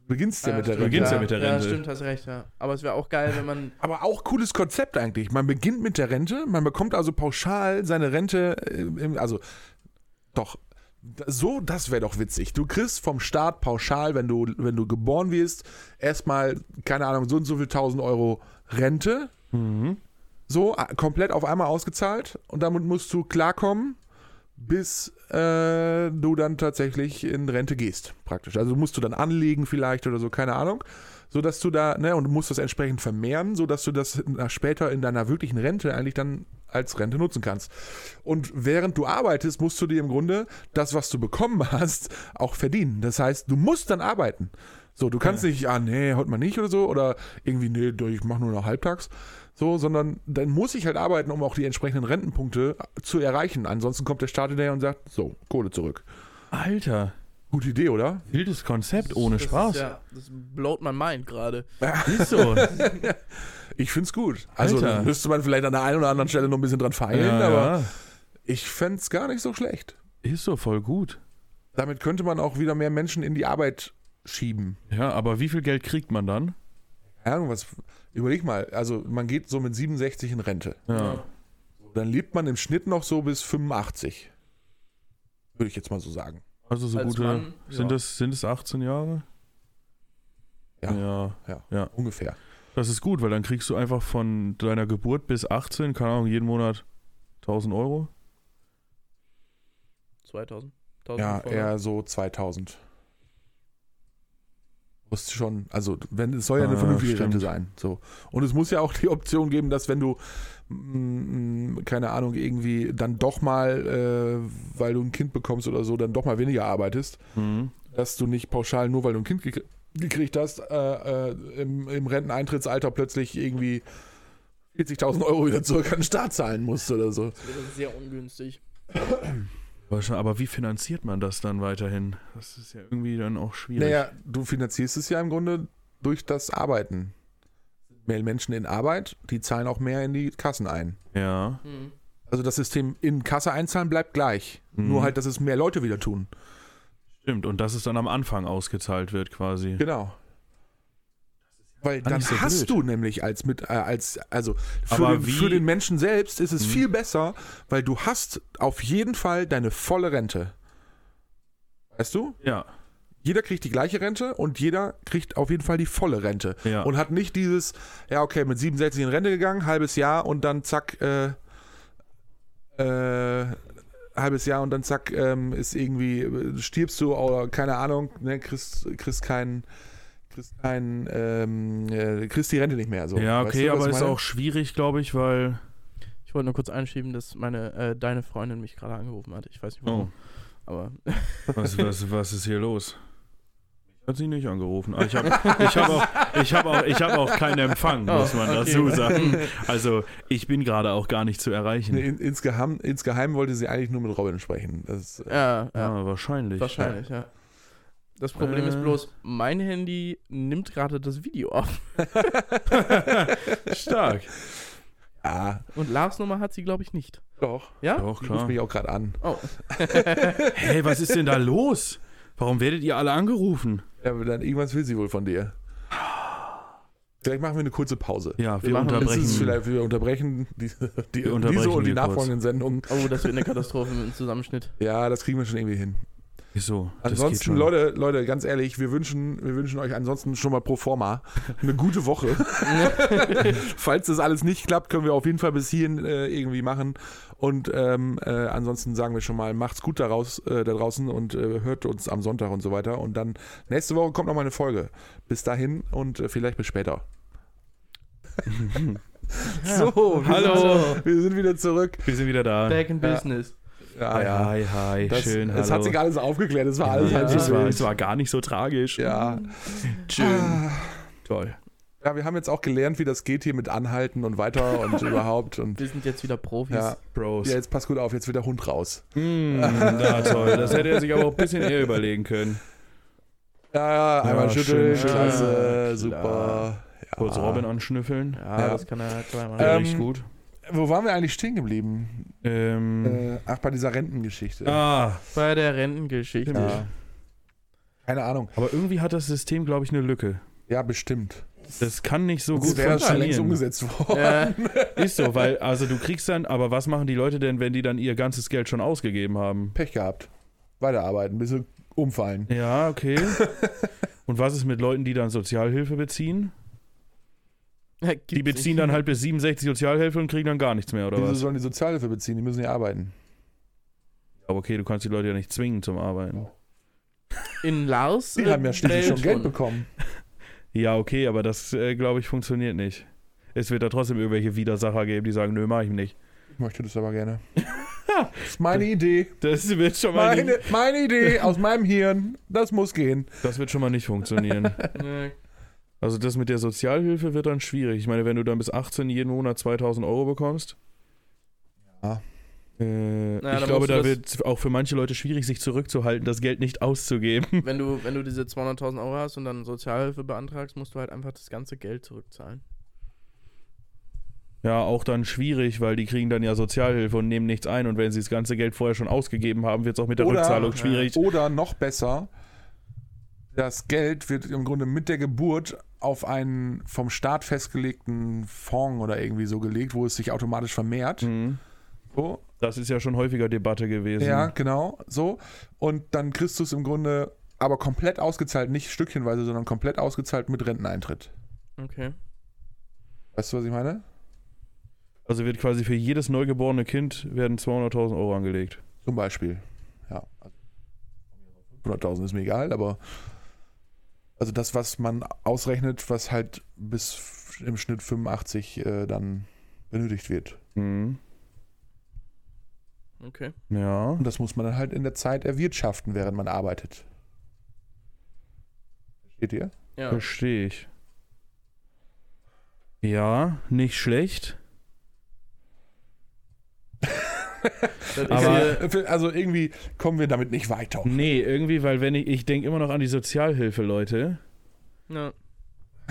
S1: Du beginnst ja mit der
S3: Du
S1: Rente.
S3: beginnst ja mit der Rente.
S2: Ja, stimmt, hast recht, ja. Aber es wäre auch geil, wenn man.
S1: Aber auch cooles Konzept eigentlich. Man beginnt mit der Rente, man bekommt also pauschal seine Rente, äh, im- also doch. da- So, das wäre doch witzig. Du kriegst vom Staat pauschal, wenn du, wenn du geboren wirst, erstmal, keine Ahnung, so und so viel 1000 Euro Rente. So, a- komplett auf einmal ausgezahlt. Und damit musst du klarkommen, bis äh, du dann tatsächlich in Rente gehst, praktisch. Also musst du dann anlegen vielleicht oder so, keine Ahnung so dass du da, ne, und du musst das entsprechend vermehren, so dass du das na- später in deiner wirklichen Rente eigentlich dann als Rente nutzen kannst. Und während du arbeitest, musst du dir im Grunde das, was du bekommen hast, auch verdienen. Das heißt, du musst dann arbeiten. So, du kannst nicht, ah nee, heute mal nicht oder so, oder irgendwie, nee, du, ich mache nur noch halbtags. So, sondern dann muss ich halt arbeiten, um auch die entsprechenden Rentenpunkte zu erreichen. Ansonsten kommt der Staat hinterher und sagt, so, Kohle zurück.
S3: Alter,
S1: Gute Idee, oder?
S3: wildes Konzept ohne
S2: das
S3: Spaß.
S2: Ist ja, das blowt mein Mind gerade.
S3: Ist so.
S1: Ich find's gut. Also
S3: Alter.
S1: da müsste man vielleicht an der einen oder anderen Stelle noch ein bisschen dran feilen,
S3: Ja,
S1: aber
S3: ja.
S1: Ich fänd's gar nicht so schlecht.
S3: Ist so voll gut.
S1: Damit könnte man auch wieder mehr Menschen in die Arbeit schieben.
S3: Ja, aber wie viel Geld kriegt man dann?
S1: Keine Ahnung, was. Überleg mal, also man geht so mit 67 in Rente.
S3: Ja.
S1: Dann lebt man im Schnitt noch so bis 85. Würde ich jetzt mal so sagen.
S3: Also so
S2: Als
S3: gute.
S2: Mann,
S3: sind,
S2: ja.
S3: das, sind es 18 Jahre?
S1: Ja.
S3: ja.
S1: Ungefähr.
S3: Das ist gut, weil dann kriegst du einfach von deiner Geburt bis 18, keine Ahnung, jeden Monat 1000 Euro.
S2: 2000.
S1: Ja,
S2: 1500.
S1: eher so 2000. Muss schon, also wenn es soll ja eine
S3: Ah,
S1: vernünftige
S3: stimmt.
S1: Rente sein. So. Und es muss ja auch die Option geben, dass wenn du, mm, mm, keine Ahnung, irgendwie dann doch mal, äh, weil du ein Kind bekommst oder so, dann doch mal weniger arbeitest,
S3: Mhm.
S1: dass du nicht pauschal nur, weil du ein Kind gekrie- gekriegt hast, äh, äh, im, im Renteneintrittsalter plötzlich irgendwie 40.000 Euro wieder zurück an den Staat zahlen musst oder so.
S2: Das wäre sehr ungünstig.
S3: Aber schon- Aber wie finanziert man das dann weiterhin? Das ist ja irgendwie dann auch schwierig.
S1: Naja, du finanzierst es ja im Grunde durch das Arbeiten. mehr Menschen in Arbeit, die zahlen auch mehr in die Kassen ein.
S3: Ja.
S2: Mhm.
S1: Also das System in Kasse einzahlen bleibt gleich.
S3: Mhm.
S1: Nur halt, dass es mehr Leute wieder tun.
S3: Stimmt. Und dass es dann am Anfang ausgezahlt wird, quasi.
S1: Genau. Weil
S3: gar
S1: dann
S3: nicht so
S1: hast
S3: blöd.
S1: du nämlich als mit, äh, als, also für
S3: Aber
S1: den,
S3: wie-
S1: für den Menschen selbst ist es
S3: Hm.
S1: viel besser, weil du hast auf jeden Fall deine volle Rente. Weißt du?
S3: Ja.
S1: Jeder kriegt die gleiche Rente und jeder kriegt auf jeden Fall die volle Rente.
S3: Ja.
S1: Und hat nicht dieses, ja, okay, mit 67 in Rente gegangen, halbes Jahr und dann zack, äh, äh, halbes Jahr und dann zack, ähm, ist irgendwie, äh, stirbst du oder keine Ahnung, ne, kriegst, kriegst keinen, kriegst keinen, ähm, äh, kriegst die Rente nicht mehr. So.
S3: ja,
S1: Weißt
S3: okay,
S1: du, was
S3: aber
S1: ich
S3: ist
S1: meine?
S3: auch schwierig, glaube ich, weil.
S2: Ich wollte nur kurz einschieben, dass meine, äh, deine Freundin mich gerade angerufen hat. Ich weiß nicht
S3: Oh,
S2: warum. Aber
S3: was, was, was ist hier los? Hat sie nicht angerufen. Ah, Ich habe ich hab auch, ich hab auch, ich hab auch keinen Empfang,
S1: Oh,
S3: muss man dazu sagen. Also, ich bin gerade auch gar nicht zu erreichen.
S1: Nee, Ne, in, insgeheim, insgeheim wollte sie eigentlich nur mit Robin sprechen. Das,
S2: ja, ja.
S3: Ja, wahrscheinlich.
S2: Wahrscheinlich, ja. Das Problem ist
S3: Äh.
S2: bloß, mein Handy nimmt gerade das Video auf.
S3: Stark.
S1: ja,
S2: Und Lars Nummer hat sie, glaube ich, nicht.
S1: Ah, doch.
S2: Ja?
S3: Doch,
S1: Die ruft
S3: klar.
S1: mich auch gerade an.
S2: Oh.
S3: Hey, was ist denn da los? Warum werdet ihr alle angerufen?
S1: Ja, aber dann irgendwas will sie wohl von dir. Vielleicht machen wir eine kurze Pause.
S3: Ja, wir,
S2: machen- das
S1: Das ist
S3: unterbrechen.
S1: vielleicht, wir unterbrechen die, die,
S3: Wir unterbrechen
S1: diese und die
S3: hier kurz.
S1: nachfolgenden Sendungen.
S2: Oh, das wird eine Katastrophe mit dem Zusammenschnitt.
S1: Ja, das kriegen wir schon irgendwie hin.
S3: Wieso? Das geht
S1: Ansonsten,
S3: schon.
S1: Leute, Leute, ganz ehrlich, wir wünschen, wir wünschen euch ansonsten schon mal pro forma eine gute Woche. Falls das alles nicht klappt, können wir auf jeden Fall bis hierhin äh, irgendwie machen. Und ähm, äh, ansonsten sagen wir schon mal, macht's gut daraus, äh, da draußen und äh, hört uns am Sonntag und so weiter. Und dann nächste Woche kommt nochmal eine Folge. Bis dahin und äh, vielleicht bis später. so,
S3: Oh,
S1: wir
S2: Hallo.
S1: Sind, wir sind wieder zurück.
S3: Wir sind wieder da.
S2: Back in
S1: Ja.
S2: Business.
S1: Ja,
S3: Hi,
S1: Ah, ja.
S3: hi, hi.
S1: Das,
S3: Schön, hallo.
S1: es hat sich alles aufgeklärt, es war alles
S3: ja,
S1: halb
S3: es,
S1: so
S3: war,
S1: wild.
S3: es war gar nicht so tragisch.
S1: Ja. Ah.
S3: Schön. Toll.
S1: Ja, wir haben jetzt auch gelernt, wie das geht hier mit Anhalten und weiter und überhaupt. Und
S2: Wir sind jetzt wieder Profis.
S1: ja.
S3: Bros.
S1: ja, jetzt pass gut auf, jetzt wird der Hund raus.
S3: Mm, na toll. Das hätte er sich aber auch ein bisschen eher überlegen können.
S1: Ja, ja, einmal
S3: Ja,
S1: schütteln,
S3: schön,
S1: klasse,
S2: schön.
S1: super. Ja.
S3: Kurz Robin anschnüffeln.
S2: Ja,
S1: Ja.
S2: das kann er halt zweimal.
S1: Ähm,
S3: Wäre Richtig gut.
S1: Wo waren wir eigentlich stehen geblieben?
S3: Ähm,
S1: Äh, ach, bei dieser Rentengeschichte.
S3: ah,
S2: Bei der Rentengeschichte.
S1: äh, Ja. Keine Ahnung.
S3: aber irgendwie hat das System, glaube ich, eine Lücke.
S1: Ja, bestimmt.
S3: Das kann nicht so gut
S1: wäre schon längst
S3: funktionieren.
S1: umgesetzt worden.
S2: Äh,
S3: Ist so, weil, also du kriegst dann, aber was machen die Leute denn, wenn die dann ihr ganzes Geld schon ausgegeben haben?
S1: Pech gehabt. Weiterarbeiten, bis sie umfallen.
S3: Ja, okay. Und was ist mit Leuten, die dann Sozialhilfe beziehen? Die
S2: äh, gibt's
S3: beziehen
S2: nicht.
S3: dann halt bis 67 Sozialhilfe und kriegen dann gar nichts mehr, oder
S1: Wieso
S3: was?
S1: sollen die Sozialhilfe beziehen? Die müssen ja arbeiten.
S3: Aber okay, du kannst die Leute ja nicht zwingen zum Arbeiten.
S2: in Lars.
S1: Die
S2: äh,
S1: haben ja schließlich
S2: Welt
S1: schon Geld
S2: von-
S1: bekommen.
S3: Ja, okay, aber das, äh, glaube ich, funktioniert nicht. Es wird da trotzdem irgendwelche Widersacher geben, die sagen, nö, mach ich nicht.
S1: Ich möchte das aber gerne. das ist meine Idee.
S3: Das wird schon mal,
S1: Meine,
S3: nicht,
S1: meine Idee aus meinem Hirn, das muss gehen.
S3: das wird schon mal nicht funktionieren.
S2: Nee.
S3: Also das mit der Sozialhilfe wird dann schwierig. Ich meine, wenn du dann bis 18 jeden Monat 2000 Euro bekommst.
S1: Ja.
S3: Äh,
S2: Naja,
S3: ich
S2: dann
S3: glaube,
S2: musst du
S3: da
S2: das-
S3: wird auch für manche Leute schwierig, sich zurückzuhalten, das Geld nicht auszugeben.
S2: Wenn du, wenn du diese 200.000 Euro hast und dann Sozialhilfe beantragst, musst du halt einfach das ganze Geld zurückzahlen.
S3: Ja, auch dann schwierig, weil die kriegen dann ja Sozialhilfe und nehmen nichts ein. Und wenn sie das ganze Geld vorher schon ausgegeben haben, wird es auch mit der
S1: Oder-
S3: Rückzahlung
S2: ja.
S3: schwierig.
S1: Oder noch besser, das Geld wird im Grunde mit der Geburt auf einen vom Staat festgelegten Fonds oder irgendwie so gelegt, wo es sich automatisch vermehrt.
S3: Mhm.
S1: So.
S3: Das ist ja schon häufiger Debatte gewesen.
S1: Ja, genau, so. Und dann kriegst du es im Grunde aber komplett ausgezahlt, nicht stückchenweise, sondern komplett ausgezahlt mit Renteneintritt.
S2: Okay.
S1: Weißt du, was ich meine?
S3: Also wird quasi für jedes neugeborene Kind werden 200.000 Euro angelegt.
S1: Zum Beispiel. Ja. 100.000 ist mir egal, aber also das, was man ausrechnet, was halt bis im Schnitt 85 äh, dann benötigt wird.
S3: Mhm.
S2: Okay.
S3: Ja.
S1: Und das muss man dann halt in der Zeit erwirtschaften, während man arbeitet. Versteht ihr?
S2: Ja.
S3: Verstehe ich. Ja, nicht schlecht.
S2: Das ist
S3: Aber-
S2: hier-
S1: also irgendwie kommen wir damit nicht weiter.
S3: Nee, irgendwie, weil wenn ich, ich denke immer noch an die Sozialhilfe, Leute.
S2: ja.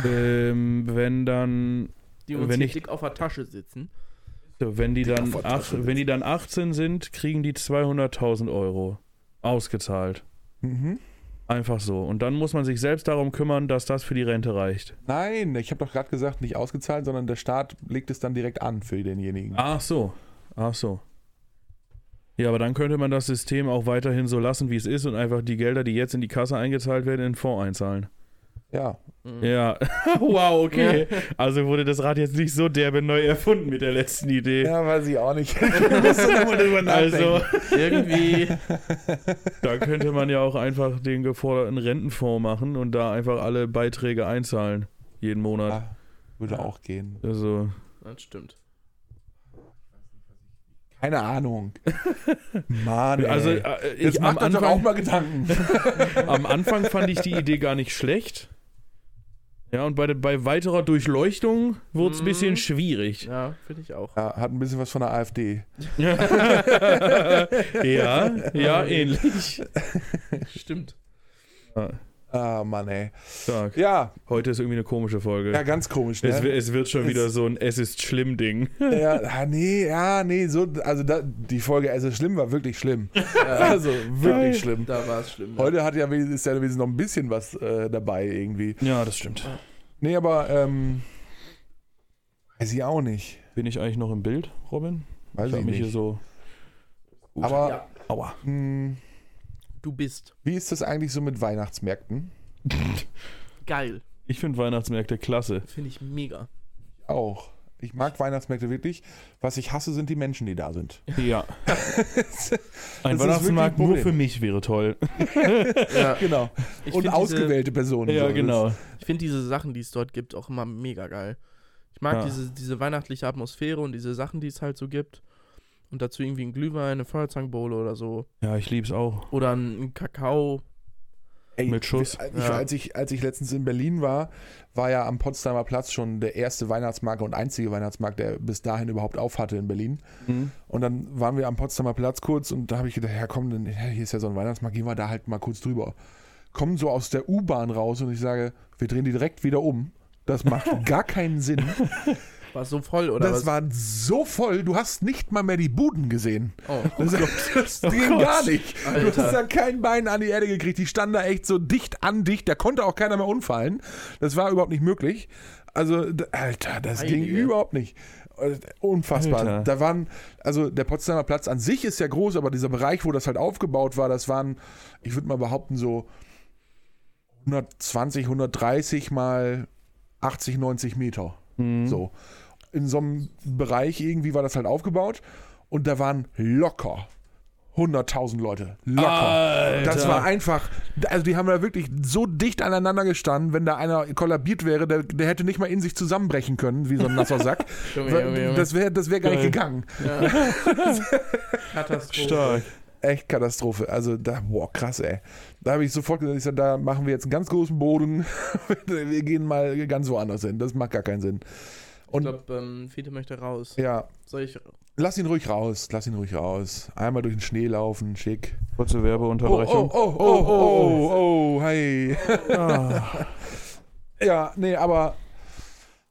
S3: ähm, wenn dann,
S2: Die uns
S3: Wenn
S2: hier
S3: ich-
S2: dick auf der Tasche sitzen.
S3: so, wenn die dann,
S1: Koffertasche
S3: ach, wenn die dann 18 sind, kriegen die 200.000 Euro ausgezahlt.
S1: Mhm.
S3: Einfach so. Und dann muss man sich selbst darum kümmern, dass das für die Rente reicht.
S1: Nein, ich habe doch gerade gesagt, nicht ausgezahlt, sondern der Staat legt es dann direkt an für denjenigen.
S3: Ach so. Ach so. Ja, aber dann könnte man das System auch weiterhin so lassen, wie es ist und einfach die Gelder, die jetzt in die Kasse eingezahlt werden, in den Fonds einzahlen.
S1: Ja.
S2: Mhm.
S3: Ja. wow, okay. Also wurde das Rad jetzt nicht so derbe neu erfunden mit der letzten Idee.
S1: Ja, weiß ich auch nicht. Musst du noch mal drüber
S3: also,
S2: Irgendwie.
S3: da könnte man ja auch einfach den geforderten Rentenfonds machen und da einfach alle Beiträge einzahlen. Jeden Monat.
S1: Ja, würde auch gehen.
S3: Also,
S2: Das stimmt.
S1: Keine Ahnung. Mann.
S3: also
S1: ey.
S3: äh,
S1: jetzt
S3: ich, am,
S1: macht euch doch auch
S3: Anfang,
S1: mal Gedanken.
S3: am Anfang fand ich die Idee gar nicht schlecht. Ja, und bei, der- bei weiterer Durchleuchtung wurde es ein
S2: Mhm.
S3: bisschen schwierig.
S2: Ja, finde ich auch.
S1: Ja, hat ein bisschen was von der AfD.
S3: ja, ja, ähnlich.
S2: Stimmt.
S1: Ah, Mann, ey.
S3: Stark.
S1: Ja,
S3: Heute ist irgendwie eine komische Folge.
S1: ja, ganz komisch,
S3: Es, wi-
S1: ne?
S3: es wird schon
S1: Es-
S3: wieder so ein Es ist schlimm Ding.
S1: Ja, ah, nee, ja, nee, so, also da, die Folge Es ist schlimm war wirklich schlimm. Also
S3: Geil.
S1: wirklich schlimm.
S2: Da war es schlimm. ja.
S1: Heute hat ja wenigstens, ist ja wenigstens noch ein bisschen was äh, dabei irgendwie.
S3: Ja, das stimmt.
S1: Nee, aber ähm, weiß ich auch nicht.
S3: Bin ich eigentlich noch im Bild, Robin?
S1: Weiß
S3: ich hab
S1: ich
S3: mich hier
S1: nicht.
S3: so.
S1: aber
S2: Ja,
S3: Aua.
S1: mh,
S2: du bist
S1: wie ist das eigentlich so mit Weihnachtsmärkten?
S2: geil.
S3: Ich finde Weihnachtsmärkte klasse.
S2: Finde ich mega.
S1: Auch. Ich mag Weihnachtsmärkte wirklich. Was ich hasse, sind die Menschen, die da sind.
S3: Ja.
S1: Das
S3: Ein
S1: ist
S3: Weihnachtsmarkt
S1: wirklich ein
S3: nur
S1: Problem.
S3: für mich wäre toll.
S2: Ja.
S1: Genau.
S2: Ich
S1: Und
S2: find
S1: ausgewählte Personen. so.
S3: ja,
S1: Das-
S3: genau.
S2: Diese, ich finde diese Sachen, die es dort gibt, auch immer mega geil. Ich mag
S3: Ja.
S2: diese, diese weihnachtliche Atmosphäre und diese Sachen, die es halt so gibt. Und dazu irgendwie ein Glühwein, eine Feuerzangenbowle oder so.
S3: Ja, ich lieb's auch.
S2: Oder ein, ein Kakao.
S1: Ey,
S3: Mit Schuss.
S1: Ich,
S2: Ja.
S1: als, ich, als ich letztens in Berlin war, war ja am Potsdamer Platz schon der erste Weihnachtsmarkt und einzige Weihnachtsmarkt, der bis dahin überhaupt auf hatte in Berlin. Und dann waren wir am Potsdamer Platz kurz und da habe ich gedacht, ja komm, dann, ja, hier ist ja so ein Weihnachtsmarkt, gehen wir da halt mal kurz drüber. Kommen so aus der U-Bahn raus und ich sage, wir drehen die direkt wieder um. Das macht gar keinen Sinn.
S2: War so voll, oder
S1: Das
S2: was?
S1: war so voll, du hast nicht mal mehr die Buden gesehen.
S2: oh.
S1: Das, das ging
S3: Gott.
S1: gar nicht. Du
S2: Alter.
S1: hast da kein Bein an die Erde gekriegt. Die standen da echt so dicht an dicht. Da konnte auch keiner mehr umfallen. Das war überhaupt nicht möglich. Also, d- Alter, das
S2: Heilige.
S1: ging überhaupt nicht. äh, Unfassbar.
S3: Alter.
S1: Da waren, also der Potsdamer Platz an sich ist ja groß, aber dieser Bereich, wo das halt aufgebaut war, das waren, ich würde mal behaupten, so 120, 130 mal 80, 90 Meter.
S3: Mhm.
S1: So. In so einem Bereich irgendwie war das halt aufgebaut und da waren locker 100.000 Leute. Locker.
S3: Alter.
S1: Das war einfach, also die haben da wirklich so dicht aneinander gestanden, wenn da einer kollabiert wäre, der, der hätte nicht mal in sich zusammenbrechen können, wie so ein nasser Sack.
S2: Junge, Junge, Junge.
S1: das wäre das wär gar nicht
S3: Geil.
S1: gegangen.
S2: ja. Katastrophe.
S3: Stark.
S1: Echt Katastrophe. Also da, boah, krass, ey. Da habe ich sofort gesagt, ich sag, da machen wir jetzt einen ganz großen Boden. wir gehen mal ganz woanders hin. Das macht gar keinen Sinn.
S2: Ich
S1: Und
S2: glaube, ähm, Fiete möchte raus.
S1: ja,
S2: Soll ich
S1: lass ihn ruhig raus, lass ihn ruhig raus. Einmal durch den Schnee laufen, schick.
S3: Kurze
S1: Oh, oh,
S3: Werbeunterbrechung.
S1: oh, oh, oh, oh, hey.
S3: Ah.
S1: Ja, nee, aber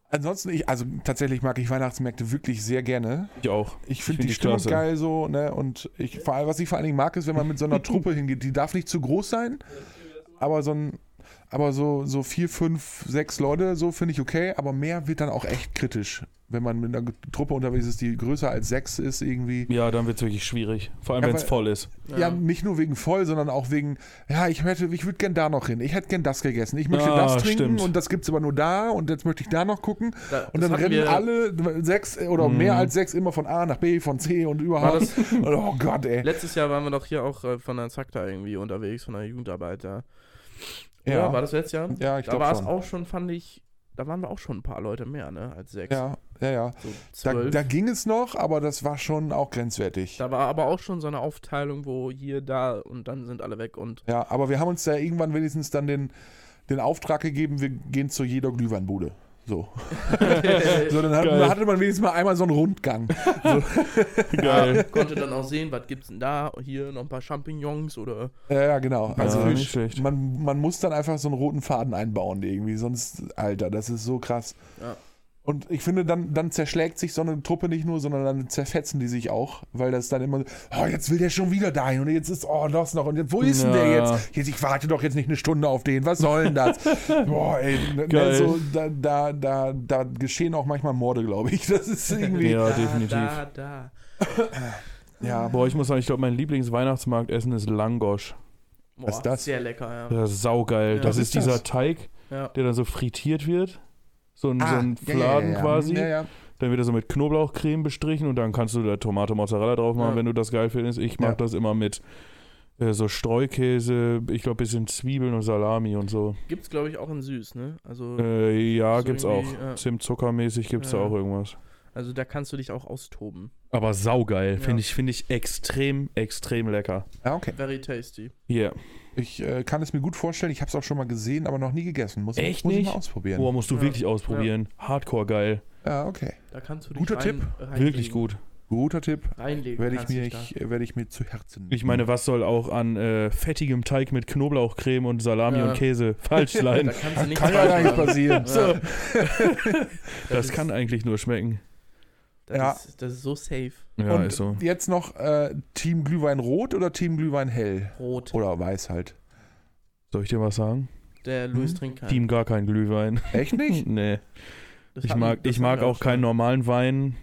S1: ansonsten, ich, also tatsächlich mag ich Weihnachtsmärkte wirklich sehr gerne.
S3: Ich auch.
S1: Ich finde
S3: find
S1: die
S3: die
S1: Stimmung
S3: klasse.
S1: geil so, ne? Und ich, vor allem, was ich vor allen Dingen mag, ist, wenn man mit so einer Truppe hingeht. Die darf nicht zu groß sein, aber so ein, aber so, so vier, fünf, sechs Leute, so finde ich okay, aber mehr wird dann auch echt kritisch. Wenn man mit einer Truppe unterwegs ist, die größer als sechs ist, irgendwie.
S3: Ja, dann wird's wirklich schwierig. Vor allem,
S1: Ja,
S3: wenn's
S1: weil-
S3: voll ist.
S1: Ja.
S2: ähm,
S1: nicht nur wegen voll, sondern auch wegen, ja, ich hätte, ich würde gern da noch hin. Ich hätte gern das gegessen. Ich möchte
S3: Ah,
S1: das trinken
S3: stimmt.
S1: und das gibt's aber nur da und jetzt möchte ich da noch gucken.
S2: Da-
S1: und
S2: das
S1: dann
S2: hatten
S1: rennen
S2: wir- Mhm.
S1: alle sechs äh, oder mehr als sechs immer von A nach B, von C und überhaupt.
S2: das-
S1: Und, oh Gott, ey.
S2: Letztes Jahr waren wir doch hier auch äh, von der Zakta irgendwie unterwegs, von der Jugendarbeit da. Ja.
S1: Ja.
S2: war das letztes Jahr?
S1: Ja, ich
S2: Da
S1: glaube
S2: war es
S1: schon.
S2: auch schon, fand ich, da waren wir auch schon ein paar Leute mehr, ne, als sechs.
S1: Ja, ja, ja.
S2: So
S1: Da,
S2: zwölf.
S1: da
S2: Da,
S1: ging es noch, aber das war schon auch grenzwertig.
S2: war aber auch schon so eine Aufteilung, wo hier, da und dann sind alle weg und
S1: Ja, aber wir haben uns da irgendwann wenigstens dann den, den Auftrag gegeben, wir gehen zur jeder Glühweinbude. So. so dann hat,
S3: Geil.
S1: hatte man wenigstens mal einmal so einen Rundgang.
S2: Ja, konnte dann auch sehen, was gibt's denn da? Hier noch ein paar Champignons oder.
S1: Ja, ja, genau. Also
S3: nicht schlecht.
S1: man, man muss dann einfach so einen roten Faden einbauen irgendwie, sonst, Alter, das ist so krass.
S2: Ja.
S1: Und ich finde, dann, dann zerschlägt sich so eine Truppe nicht nur, sondern dann zerfetzen die sich auch, weil das dann immer so, oh, jetzt will der schon wieder dahin und jetzt ist, oh, das noch und jetzt, wo ist denn der
S3: Ja.
S1: jetzt? jetzt? Ich warte doch jetzt nicht eine Stunde auf den, was soll denn das? Boah, ey, ne,
S3: Geil.
S1: so, da, da, da, da geschehen auch manchmal Morde, glaube ich. Das ist irgendwie,
S3: Ja,
S2: da,
S3: definitiv.
S2: Da, da.
S1: ja,
S3: Boah, ich muss sagen, ich glaube, mein Lieblingsweihnachtsmarktessen ist Langosch.
S2: Boah,
S1: Was ist das?
S2: Sehr lecker, ja.
S3: Das ist
S2: Ja.
S3: saugeil.
S1: Was
S3: das ist,
S1: ist das?
S3: dieser Teig,
S2: Ja.
S3: der dann so frittiert wird. So ein, so
S1: Ah,
S3: ein
S1: ja,
S3: Fladen
S1: ja, ja, ja.
S3: quasi.
S1: Ja, ja.
S3: Dann wird er so mit Knoblauchcreme bestrichen und dann kannst du da Tomate Mozzarella drauf machen,
S2: Ja.
S3: wenn du das geil findest. Ich mag
S1: Ja.
S3: das immer mit äh, so Streukäse, ich glaube, bisschen Zwiebeln und Salami und so.
S2: Gibt's, glaube ich, auch in Süß, ne? Also,
S3: Äh, ja,
S2: So
S3: gibt's auch.
S2: irgendwie, ja.
S3: Zimtzuckermäßig gibt's
S2: Ja.
S3: da auch irgendwas.
S2: also da kannst du dich auch austoben.
S3: Aber saugeil,
S2: Ja.
S3: finde ich, finde ich extrem, extrem lecker.
S1: Ah, okay.
S2: Very tasty.
S3: Yeah.
S1: Ich äh, kann es mir gut vorstellen, ich habe es auch schon mal gesehen, aber noch nie gegessen. Muss, ich-
S3: Echt
S1: muss ich
S3: nicht?
S1: mal ausprobieren.
S3: Boah, musst du
S2: Ja.
S3: wirklich ausprobieren. Hardcore geil.
S1: Ja, okay.
S2: Da kannst du dich
S1: Guter
S2: rein,
S1: Tipp.
S2: Reinlegen.
S3: Wirklich gut.
S1: Guter Tipp.
S2: Reinlegen.
S1: Werde ich,
S2: kannst
S1: mir,
S2: dich
S1: ich, äh, werde ich mir zu Herzen nehmen.
S3: Ich meine, was soll auch an äh, fettigem Teig mit Knoblauchcreme und Salami
S2: Ja.
S3: und Käse falsch
S2: da.
S3: sein?
S2: Da kannst du nichts
S1: kann ja gar
S2: falsch
S1: nichts passieren.
S2: machen. Ja,
S3: Das
S2: ist-
S3: kann eigentlich nur schmecken.
S2: Das,
S1: Ja.
S2: ist, das ist so safe.
S3: Ja, also.
S1: Und
S3: ist so.
S1: jetzt noch äh, Team Glühwein Rot oder Team Glühwein Hell?
S2: Rot.
S1: Oder Weiß halt.
S3: Soll ich dir was sagen?
S2: Der Luis trinkt keinen.
S3: Mhm. Team gar kein Glühwein.
S1: Echt nicht?
S3: nee.
S2: Das
S3: Ich
S2: hatten-
S3: mag,
S2: das
S3: ich
S2: hatten
S3: mag
S2: wir
S3: auch keinen
S2: schon.
S3: normalen Wein.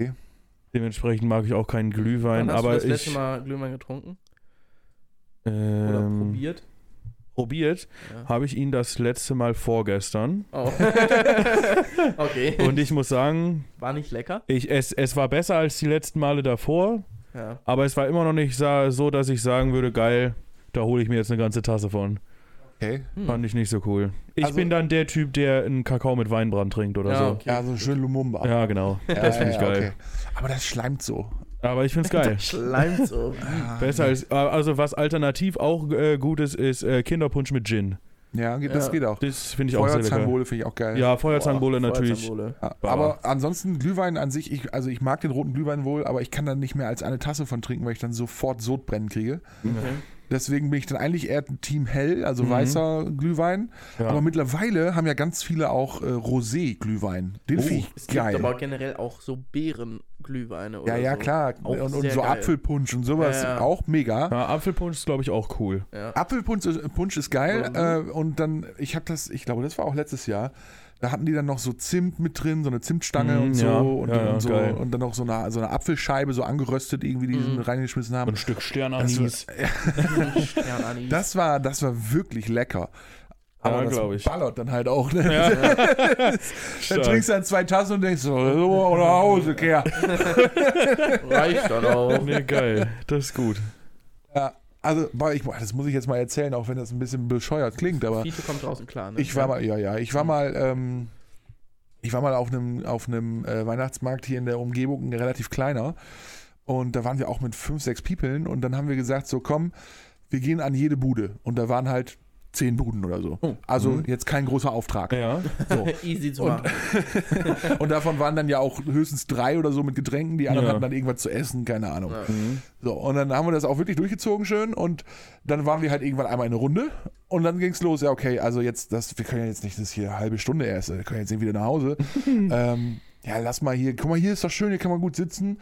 S1: Okay.
S3: Dementsprechend mag ich auch keinen Glühwein,
S2: Wann hast
S3: aber
S2: du das letzte
S3: ich
S2: Mal Glühwein getrunken? Oder
S3: ähm,
S2: probiert?
S3: probiert
S2: Ja.
S3: habe ich ihn das letzte Mal vorgestern
S2: Oh. okay.
S3: und ich muss sagen,
S2: War nicht lecker?
S3: ich es, es war besser als die letzten Male davor,
S2: Ja.
S3: aber es war immer noch nicht sa- so, dass ich sagen würde, geil, da hole ich mir jetzt eine ganze Tasse von.
S1: Okay.
S2: Hm.
S3: Fand ich nicht so cool. Ich
S1: Also-
S3: bin dann der Typ, der einen Kakao mit Weinbrand trinkt oder
S2: Ja,
S3: so.
S2: okay.
S1: Ja, so schön Lumumba.
S3: Ja, genau.
S1: Ja,
S3: das finde
S1: ja,
S3: ich geil.
S1: okay. Aber das schleimt so.
S3: Aber ich find's geil.
S2: Schleimt so.
S1: Ah,
S3: Besser als, äh, also was alternativ auch äh, gut ist, ist äh, Kinderpunsch mit Gin.
S1: Ja, geht- das
S2: Ja.
S1: geht auch.
S3: Das finde ich auch sehr lecker.
S1: Feuerzangenbowle finde ich auch geil.
S3: Ja, Feuerzangenbowle natürlich.
S2: Feuerzangenbowle.
S1: Ja, Aber ansonsten Glühwein an sich, ich, also ich mag den roten Glühwein wohl, aber ich kann dann nicht mehr als eine Tasse von trinken, weil ich dann sofort Sodbrennen kriege.
S2: Okay.
S1: Deswegen bin ich dann eigentlich eher Team Hell, also
S3: Mhm.
S1: weißer Glühwein.
S3: Ja.
S1: Aber mittlerweile haben ja ganz viele auch äh, Rosé-Glühwein. Den
S3: Oh,
S1: finde ich
S2: Es gibt
S1: geil.
S2: aber generell auch so Beerenglühweine oder
S1: Ja, ja,
S2: so.
S1: klar.
S2: Auch
S1: Und, und
S2: sehr
S1: so
S2: geil.
S1: Apfelpunsch und sowas,
S2: Ja, ja.
S1: auch mega.
S3: Ja, Apfelpunsch ist, glaube ich, auch cool.
S2: Ja.
S1: Apfelpunsch ist, Punsch ist geil. Äh, und dann, ich habe das, ich glaube, das war auch letztes Jahr. Da hatten die dann noch so Zimt mit drin, so eine Zimtstange
S3: Mhm,
S1: und so.
S3: ja,
S1: und,
S3: ja, ja,
S1: und, so
S3: geil.
S1: und dann noch so eine, so eine Apfelscheibe, so angeröstet irgendwie, die sie
S2: Mhm.
S1: reingeschmissen haben.
S3: Und ein Stück
S1: Das
S3: Sternanis.
S1: Also, äh,
S2: Sternanis.
S1: Das war, das war wirklich lecker. Aber
S3: Ja, glaub
S1: das
S3: ich.
S1: ballert dann halt auch. Ne? Dann
S3: Stark.
S1: trinkst du dann zwei Tassen und denkst so, so nach Hause, Kerl.
S2: reicht dann auch.
S3: Nee, geil. Das ist gut.
S1: Ja, also, boah, ich, boah, das muss ich jetzt mal erzählen, auch wenn das ein bisschen bescheuert klingt, aber
S2: Fito kommt draußen klar. Ne?
S1: ich war mal, ja, ja, ich war mal, ähm, ich war mal auf einem, auf einem äh, Weihnachtsmarkt hier in der Umgebung, ein relativ kleiner. Und da waren wir auch mit fünf, sechs Peoplen und dann haben wir gesagt, so komm, wir gehen an jede Bude. Und da waren halt zehn Buden oder so. Also jetzt kein großer Auftrag.
S3: Ja.
S2: Easy zu machen.
S1: Und davon waren dann ja auch höchstens drei oder so mit Getränken, die anderen
S3: Ja.
S1: hatten dann irgendwas zu essen, keine Ahnung.
S2: Ja.
S1: So, und dann haben wir das auch wirklich durchgezogen schön und dann waren wir halt irgendwann einmal in eine Runde und dann ging's los, ja okay, also jetzt, das, wir können ja jetzt nicht das hier eine halbe Stunde erst, wir können jetzt nicht wieder nach Hause. ähm, ja, lass mal hier, guck mal, hier ist doch schön, hier kann man gut sitzen.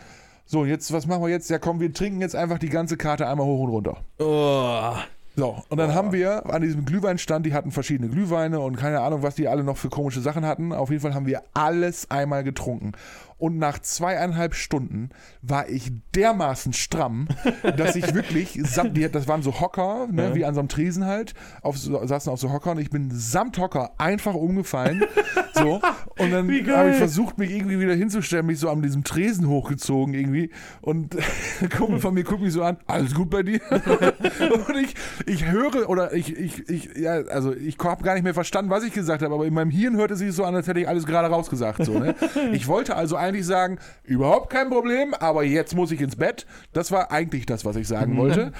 S1: So, und jetzt, was machen wir jetzt? Ja komm, wir trinken jetzt einfach die ganze Karte einmal hoch und runter.
S3: Oh.
S1: So, und dann haben wir an diesem Glühweinstand, die hatten verschiedene Glühweine und keine Ahnung, was die alle noch für komische Sachen hatten. Auf jeden Fall haben wir alles einmal getrunken. Und nach zweieinhalb Stunden war ich dermaßen stramm, dass ich wirklich, samt, die, das waren so Hocker, ne, wie an so einem Tresen halt, auf, so- saßen auf so Hocker und ich bin samt Hocker einfach umgefallen. so, und dann
S3: Wie geil.
S1: habe ich versucht, mich irgendwie wieder hinzustellen, mich so an diesem Tresen hochgezogen irgendwie. Und ein Kumpel von mir guckt mich so an, alles gut bei dir? Und ich, ich höre oder ich, ich, ich, ja, also ich habe gar nicht mehr verstanden, was ich gesagt habe, aber in meinem Hirn hörte es sich so an, als hätte ich alles gerade rausgesagt. So, ne? Ich wollte also eigentlich sagen,
S3: Mhm.
S1: überhaupt kein Problem, aber jetzt muss ich ins Bett. Das war eigentlich das, was ich sagen wollte.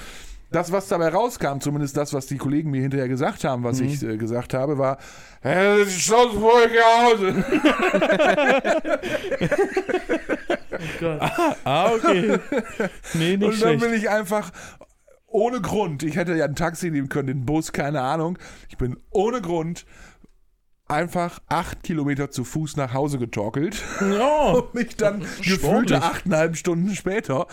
S1: das, was dabei rauskam, zumindest das, was die Kollegen mir hinterher gesagt haben, was
S3: Mhm.
S1: ich äh, gesagt habe, war, "Hä, das ist Schlossburg Hause.
S3: Ah, okay. Nee,
S1: Und
S3: nicht
S1: dann
S3: schlecht.
S1: bin ich einfach ohne Grund, ich hätte ja ein Taxi nehmen können, den Bus, keine Ahnung, ich bin ohne Grund einfach acht Kilometer zu Fuß nach Hause getorkelt
S3: Oh,
S1: um mich dann
S3: Sportlich.
S1: gefühlte achteinhalb Stunden später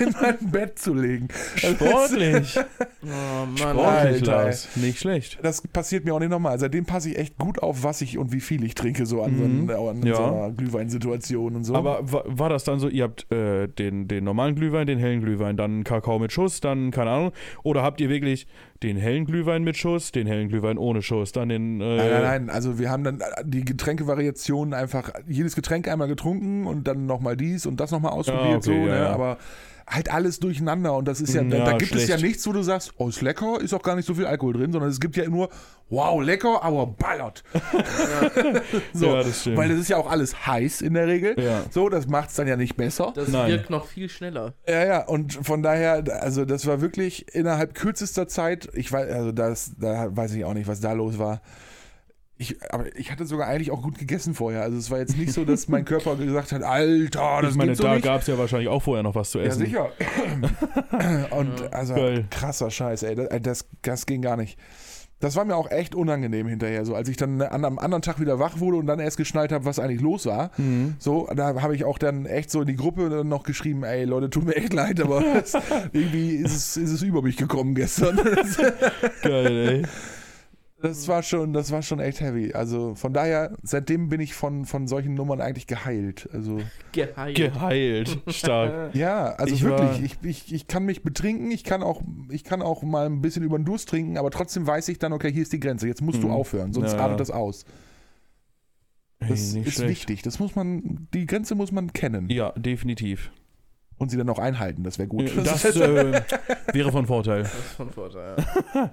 S1: in mein Bett zu legen.
S3: sportlich.
S2: Oh Mann.
S3: Sportlich,
S1: Alter,
S3: Lars. Nicht schlecht.
S1: Das passiert mir auch nicht nochmal. Seitdem passe ich echt gut auf, was ich und wie viel ich trinke, so an,
S3: Mhm.
S1: so, einer, an
S3: Ja.
S1: so einer Glühweinsituation und so.
S3: Aber wa- war das dann so, ihr habt äh, den, den normalen Glühwein, den hellen Glühwein, dann Kakao mit Schuss, dann keine Ahnung. Oder habt ihr wirklich den hellen Glühwein mit Schuss, den hellen Glühwein ohne Schuss, dann den. Äh,
S1: Nein, nein, nein. Also wir haben dann die Getränkevariationen einfach jedes Getränk einmal getrunken und dann nochmal dies und das nochmal ausprobiert. so,
S3: Ja, okay, ja,
S1: ne?
S3: ja.
S1: Aber halt alles durcheinander und das ist ja, da,
S3: Ja,
S1: da gibt es ja
S3: schlecht.
S1: nichts, wo du sagst, oh, ist lecker, ist auch gar nicht so viel Alkohol drin, sondern es gibt ja nur, wow, lecker, aber ballert. so,
S3: Ja, das stimmt.
S1: Weil das ist ja auch alles heiß in der Regel.
S3: Ja.
S1: So, das macht es dann ja nicht besser.
S2: Das
S3: Nein.
S2: wirkt noch viel schneller.
S1: Ja, ja, und von daher, also das war wirklich innerhalb kürzester Zeit, ich weiß, also das, da weiß ich auch nicht, was da los war. Ich, aber ich hatte sogar eigentlich auch gut gegessen vorher. Also es war jetzt nicht so, dass mein Körper gesagt hat, Alter, das
S3: ich meine,
S1: geht so
S3: da
S1: nicht.
S3: gab es ja wahrscheinlich auch vorher noch was zu
S1: Ja,
S3: essen.
S1: sicher. und also
S3: Geil.
S1: krasser Scheiß, ey. Das, äh, das, das ging gar nicht. Das war mir auch echt unangenehm hinterher. So, als ich dann an am anderen Tag wieder wach wurde und dann erst geschnallt habe, was eigentlich los war, so, da habe ich auch dann echt so in die Gruppe dann noch geschrieben, ey Leute, tut mir echt leid, aber es, irgendwie ist es, ist es über mich gekommen gestern.
S3: Geil,
S1: Das war schon, das war schon echt heavy. Also von daher, seitdem bin ich von, von solchen Nummern eigentlich geheilt. Also.
S3: ey.
S2: Geheilt.
S3: Geheilt. Stark.
S1: Ja, also
S3: Ich war-
S1: wirklich, ich, ich, ich kann mich betrinken, ich kann, auch, ich kann auch mal ein bisschen über den Durst trinken, aber trotzdem weiß ich dann, okay, hier ist die Grenze, jetzt musst du
S3: Mhm.
S1: aufhören, sonst
S3: Ja, ja.
S1: artet das aus. Das
S3: Ey, nicht
S1: ist
S3: schlecht.
S1: wichtig, das muss man, die Grenze muss man kennen
S3: Ja, definitiv.
S1: und sie dann auch einhalten, das wäre gut.
S3: Das äh, wäre von Vorteil.
S2: Das ist von Vorteil. ja.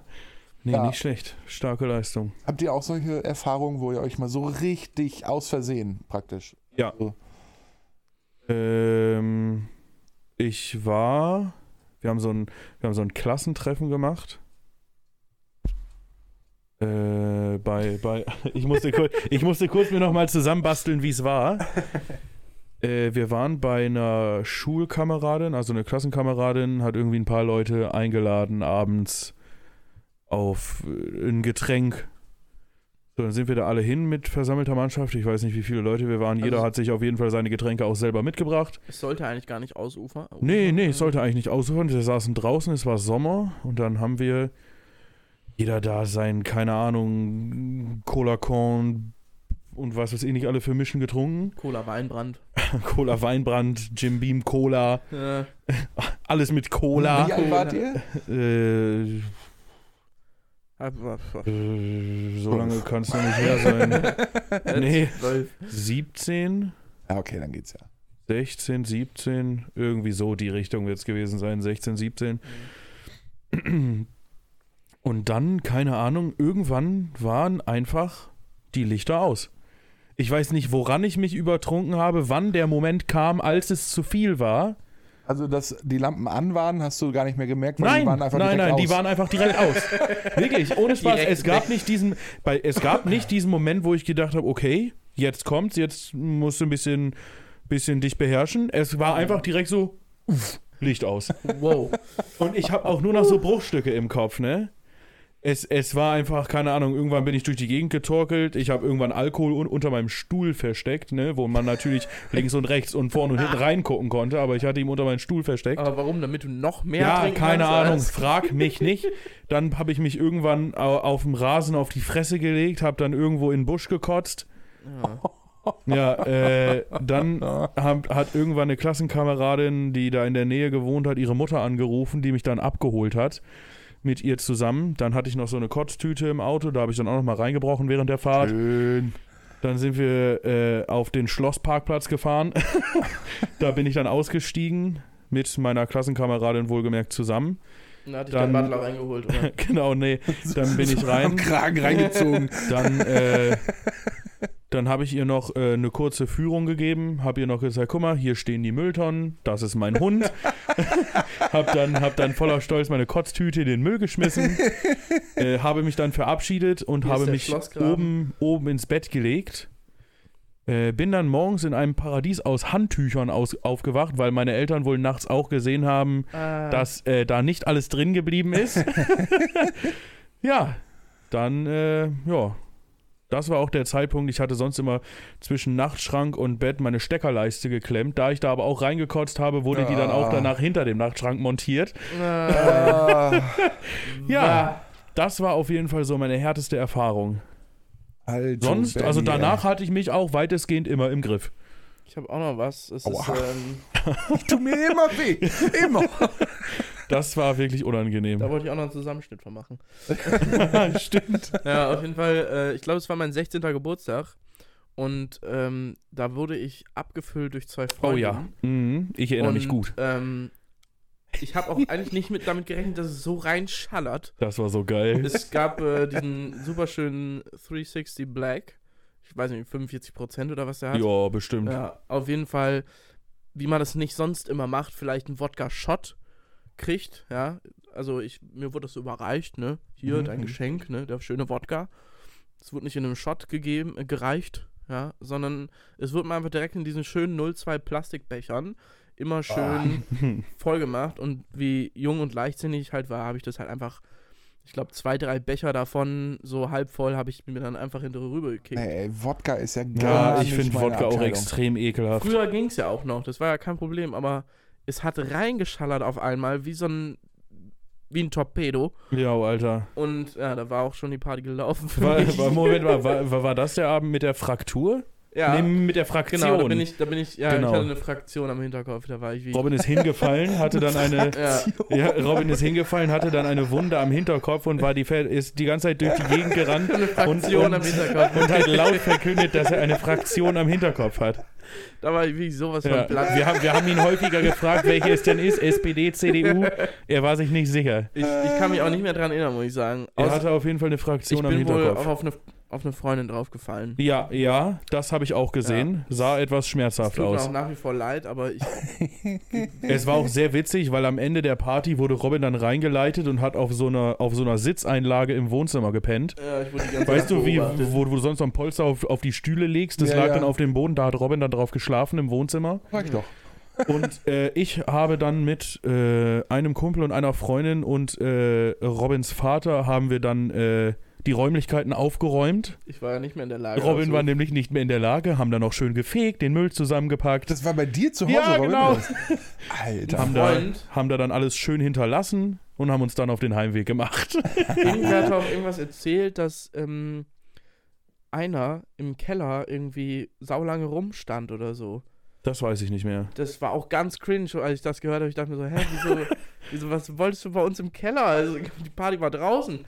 S3: Nee,
S1: Ja.
S3: nicht schlecht. Starke Leistung.
S1: Habt ihr auch solche Erfahrungen, wo ihr euch mal so richtig aus Versehen praktisch?
S3: Ja.
S1: So.
S3: Ähm, ich war. Wir haben, so ein, wir haben so ein Klassentreffen gemacht. Äh, bei, bei, ich, musste kurz, ich musste kurz mir nochmal zusammenbasteln, wie es war. Äh, wir waren bei einer Schulkameradin, also eine Klassenkameradin, hat irgendwie ein paar Leute eingeladen abends auf äh, ein Getränk. So, dann sind wir da alle hin mit versammelter Mannschaft. Ich weiß nicht, wie viele Leute wir waren. Jeder
S2: Also-
S3: hat sich auf jeden Fall seine Getränke auch selber mitgebracht.
S2: Es sollte eigentlich gar nicht ausufern.
S3: Nee, nee, es sollte eigentlich nicht ausufern. Wir saßen draußen, es war Sommer und dann haben wir jeder da sein, keine Ahnung, Cola Corn und was weiß ich nicht alle für Mischen getrunken.
S2: Cola Weinbrand.
S3: Cola Weinbrand, Jim Beam Cola,
S2: Äh,
S3: alles mit
S1: Wie
S3: Cola.
S1: alt wart ihr?
S3: Äh, äh,
S2: aber- aber-
S3: so lange kann es noch nicht her sein. Nee, 17,
S1: Ja, okay, dann geht's ja.
S3: 16, 17, irgendwie so die Richtung wird es gewesen sein, 16, 17. Und dann, keine Ahnung, irgendwann waren einfach die Lichter aus. Ich weiß nicht, woran ich mich übertrunken habe, wann der Moment kam, als es zu viel war.
S1: Also, dass die Lampen an waren, hast du gar nicht mehr gemerkt, weil
S3: Nein,
S1: die waren einfach
S3: nein,
S1: direkt
S3: nein,
S1: aus.
S3: die waren einfach direkt aus. Wirklich, ohne Spaß.
S2: Direkt
S3: es gab
S2: weg.
S3: nicht diesen, bei, es gab nicht diesen Moment, wo ich gedacht habe, okay, jetzt kommt's, jetzt musst du ein bisschen, bisschen dich beherrschen. Es war einfach direkt so, uff, Licht aus.
S2: Wow.
S3: Und ich habe auch nur noch so Bruchstücke im Kopf, ne? Es, es war einfach, keine Ahnung, irgendwann bin ich durch die Gegend getorkelt, ich habe irgendwann Alkohol un unter meinem Stuhl versteckt, ne? Wo man natürlich links und rechts und vorne und hinten reingucken konnte, aber ich hatte ihn unter meinen Stuhl versteckt.
S2: Aber warum? Damit du noch mehr
S3: Ja,
S2: trinken
S3: keine
S2: kannst,
S3: Ahnung,
S2: als-
S3: frag mich nicht. Dann habe ich mich irgendwann au- auf dem Rasen auf die Fresse gelegt, habe dann irgendwo in den Busch gekotzt.
S2: Oh,
S3: Ja, äh, dann hab, hat irgendwann eine Klassenkameradin, die da in der Nähe gewohnt hat, ihre Mutter angerufen, die mich dann abgeholt hat mit ihr zusammen. Dann hatte ich noch so eine Kotztüte im Auto, da habe ich dann auch noch mal reingebrochen während der Fahrt.
S1: Schön.
S3: Dann sind wir äh, auf den Schlossparkplatz gefahren. da bin ich dann ausgestiegen mit meiner Klassenkameradin wohlgemerkt zusammen.
S2: Dann hat dich
S3: Dann-
S2: dann, der Butler reingeholt, oder?
S3: Genau, nee. Dann bin ich
S1: Am
S3: rein.
S1: Kragen reingezogen.
S3: Dann, äh, Dann habe ich ihr noch äh, eine kurze Führung gegeben, habe ihr noch gesagt, guck mal, hier stehen die Mülltonnen, das ist mein Hund. hab, dann, hab dann voller Stolz meine Kotztüte in den Müll geschmissen, äh, habe mich dann verabschiedet und
S2: Hier ist
S3: habe
S2: der
S3: mich
S2: Schlossgraben.
S3: oben, oben ins Bett gelegt. Äh, bin dann morgens in einem Paradies aus Handtüchern aus, aufgewacht, weil meine Eltern wohl nachts auch gesehen haben, dass äh, da nicht alles drin geblieben ist. ja, dann, äh, ja. Das war auch der Zeitpunkt, ich hatte sonst immer zwischen Nachtschrank und Bett meine Steckerleiste geklemmt. Da ich da aber auch reingekotzt habe, wurde die dann auch
S1: Ah.
S3: danach hinter dem Nachtschrank montiert.
S2: äh,
S1: Ah,
S3: Ja, das war auf jeden Fall so meine härteste Erfahrung.
S1: Alter,
S3: Sonst,
S1: Benny,
S3: also
S1: ey.
S3: danach hatte ich mich auch weitestgehend immer im Griff.
S2: Ich habe auch noch was. Es ist,
S1: Aua.
S2: ähm,
S1: Tut mir immer weh. Immer.
S3: Das war wirklich unangenehm.
S2: da wollte ich auch noch einen Zusammenschnitt von machen.
S3: Stimmt.
S2: Ja, auf jeden Fall. Äh, ich glaube, es war mein 16. Geburtstag. Und ähm, da wurde ich abgefüllt durch zwei
S3: Oh
S2: Freunde.
S3: ja. Mhm, ich erinnere mich
S2: Und,
S3: gut.
S2: Ähm, ich habe auch eigentlich nicht mit, damit gerechnet, dass es so reinschallert.
S3: Das war so geil.
S2: Es gab äh, diesen superschönen 360 Black. Ich weiß nicht, 45% oder was der hat.
S3: Ja, bestimmt.
S2: Ja, Äh, auf jeden Fall, wie man das nicht sonst immer macht, vielleicht einen Wodka-Shot kriegt, ja. Also ich, mir wurde das so überreicht, ne? Hier,
S1: Mhm.
S2: dein Geschenk, ne? Der schöne Wodka. Es wurde nicht in einem Shot gegeben, äh, gereicht, ja, sondern es wurde mir einfach direkt in diesen schönen 02 Plastikbechern immer schön voll gemacht und wie jung und leichtsinnig ich halt war, habe ich das halt einfach, ich glaube, zwei, drei Becher davon so halb voll habe ich mir dann einfach hinterher rüber gekickt.
S1: Ey, Wodka ist ja gar
S3: Ja,
S1: nicht
S3: ich finde
S1: meine
S3: Wodka auch
S1: Abteilung.
S3: extrem ekelhaft.
S2: Früher ging es ja auch noch, das war ja kein Problem, aber es hat reingeschallert auf einmal, wie so ein, wie ein Torpedo.
S3: Ja, Alter.
S2: Und ja, da war auch schon die Party gelaufen für
S3: War,
S2: mich.
S3: war, Moment mal, war, war, war das der Abend mit der Fraktur?
S2: ja,
S3: Nee, mit der Fraktion.
S2: genau, da bin ich, da bin ich, ja,
S3: Genau.
S2: ich hatte eine Fraktion am Hinterkopf, da war ich wie.
S3: Robin ist hingefallen, hatte dann eine.
S2: ja,
S3: Ja, Robin ist hingefallen, hatte dann eine Wunde am Hinterkopf und war die, Fel- ist die ganze Zeit durch die Gegend gerannt und,
S2: Fraktion am
S3: und,
S2: Hinterkopf.
S3: und hat laut verkündet, dass er eine Fraktion am Hinterkopf hat.
S2: Da war ich wie sowas
S3: Ja,
S2: von platt.
S3: wir, haben, wir haben ihn häufiger gefragt, welche es denn ist, SPD, CDU. Er war sich nicht sicher.
S2: Ich, ich kann mich auch nicht mehr dran erinnern, muss ich sagen.
S3: Er
S2: Außer-
S3: hatte auf jeden Fall eine
S2: ich
S3: Fraktion am
S2: bin wohl
S3: Hinterkopf.
S2: auch auf eine, auf eine Freundin draufgefallen.
S3: Ja, ja, das habe ich auch gesehen. Sah etwas
S2: Es
S3: schmerzhaft
S2: tut mir
S3: aus.
S2: auch nach wie vor leid, aber ich.
S3: Es war auch sehr witzig, weil am Ende der Party wurde Robin dann reingeleitet und hat auf so einer, auf so einer Sitzeinlage im Wohnzimmer gepennt.
S2: Ja, äh, ich wurde die ganze
S3: Weißt
S2: Nacht
S3: du, wie,
S2: beobachtet.
S3: wo du sonst am Polster auf, auf die Stühle legst? Das
S1: Ja,
S3: lag
S1: ja.
S3: dann auf dem Boden, da hat Robin dann drauf geschlafen im Wohnzimmer.
S1: Sag ich doch.
S3: Und äh, ich habe dann mit äh, einem Kumpel und einer Freundin und äh, Robins Vater haben wir dann äh, die Räumlichkeiten aufgeräumt.
S2: Ich war ja nicht mehr in der Lage. also
S3: Robin
S2: dazu.
S3: war nämlich nicht mehr in der Lage, haben dann noch schön gefegt, den Müll zusammengepackt.
S1: Das war bei dir zu Hause,
S3: Ja,
S1: Robin?
S3: genau.
S1: Alter.
S3: Haben da,
S2: Freund.
S3: haben da dann alles schön hinterlassen und haben uns dann auf den Heimweg gemacht.
S2: Irgendwer hat auch irgendwas erzählt, dass ähm, einer im Keller irgendwie saulange rumstand oder so.
S3: Das weiß ich nicht mehr.
S2: Das war auch ganz cringe, und als ich das gehört habe. Ich dachte mir so, hä, wieso, wieso was wolltest du bei uns im Keller? Also, die Party war draußen.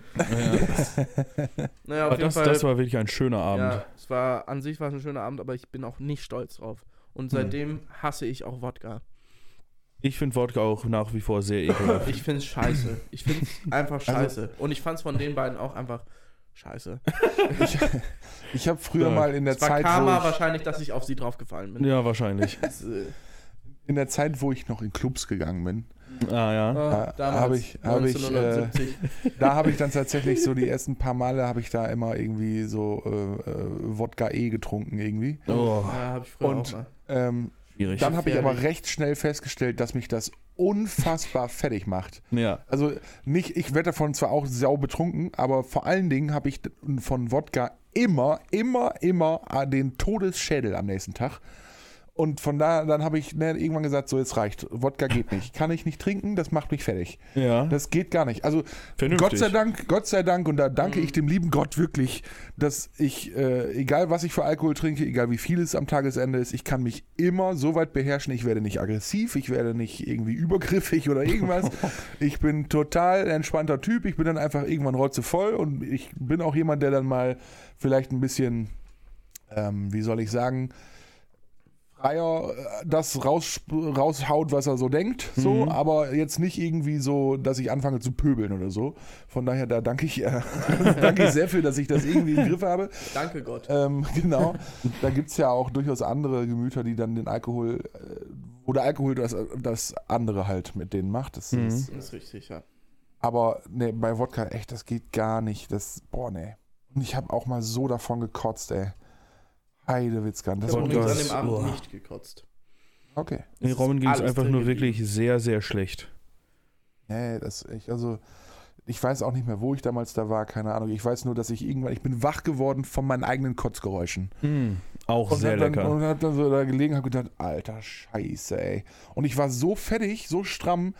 S2: Naja, auf
S3: Aber
S2: jeden
S3: das,
S2: Fall.
S3: das war wirklich ein schöner Abend.
S2: ja, es war, an sich war es ein schöner Abend, aber ich bin auch nicht stolz drauf. Und seitdem hasse ich auch Wodka.
S3: Ich finde Wodka auch nach wie vor sehr ekelhaft.
S2: Ich find's scheiße. Ich find's einfach
S3: Also
S2: scheiße. Und ich fand's von den beiden auch einfach scheiße.
S1: Ich habe früher
S3: Ja.
S1: mal in der
S2: Es war
S1: Zeit,
S2: Karma
S1: wo ich,
S2: wahrscheinlich, dass ich auf sie draufgefallen bin.
S3: ja, wahrscheinlich.
S2: Das, äh,
S1: in der Zeit, wo ich noch in Clubs gegangen bin,
S3: Ah ja.
S2: Ah,
S1: Ah,
S2: damals,
S1: hab ich- hab ich, äh,
S2: 1970.
S1: da habe ich dann tatsächlich so die ersten paar Male habe ich da immer irgendwie so äh, äh, Wodka E getrunken irgendwie.
S3: Oh,
S2: ja, hab ich früher
S1: und-
S2: auch mal.
S1: Ähm,
S3: schwierig.
S1: dann habe ich aber
S2: Gefährlich.
S1: recht schnell festgestellt, dass mich das unfassbar fertig macht.
S3: ja.
S1: Also nicht, ich werde davon zwar auch sau betrunken, aber vor allen Dingen habe ich d- von Wodka immer, immer, immer äh, den Todesschädel am nächsten Tag. Und von da, dann habe ich ne, irgendwann gesagt, so jetzt reicht, Wodka geht nicht, kann ich nicht trinken, das macht mich fertig.
S3: Ja.
S1: Das geht gar nicht. Also
S3: Vernünftig. Mhm.
S1: Gott sei Dank, Gott sei Dank, und da danke ich dem lieben Gott wirklich, dass ich, äh, egal was ich für Alkohol trinke, egal wie viel es am Tagesende ist, ich kann mich immer so weit beherrschen, ich werde nicht aggressiv, ich werde nicht irgendwie übergriffig oder irgendwas. ich bin total entspannter Typ, ich bin dann einfach irgendwann rotzevoll und ich bin auch jemand, der dann mal vielleicht ein bisschen, ähm, wie soll ich sagen, Eier äh, das raus, raushaut, was er so denkt, so, aber jetzt nicht irgendwie so, dass ich anfange zu pöbeln oder so. Von daher, da danke ich, äh, danke ich sehr für, dass ich das irgendwie im Griff habe.
S2: Danke Gott.
S1: Ähm, genau. Da gibt es ja auch durchaus andere Gemüter, die dann den Alkohol äh, oder Alkohol das, das andere halt mit denen macht. Das ist,
S2: Das ist richtig, ja.
S1: aber nee, bei Wodka, echt, das geht gar nicht. Das, boah, nee. Und ich habe auch mal so davon gekotzt, ey. Heidewitzkan. Das
S2: Ich habe
S3: Wodka
S2: übrigens an
S3: ist-
S2: dem Abend
S3: boah.
S2: nicht gekotzt.
S1: Okay.
S3: In
S2: Es ist
S3: Robin ging es
S2: alles
S3: einfach
S2: drin
S3: nur
S2: geblieben.
S3: wirklich sehr, sehr schlecht.
S1: Nee, das ich, also ich weiß auch nicht mehr, wo ich damals da war, keine Ahnung. Ich weiß nur, dass ich irgendwann, ich bin wach geworden von meinen eigenen Kotzgeräuschen.
S3: Auch
S1: Und
S3: sehr
S1: hab dann,
S3: lecker.
S1: Und hab dann so da gelegen, hab gedacht, alter Scheiße, ey. Und ich war so fettig, so stramm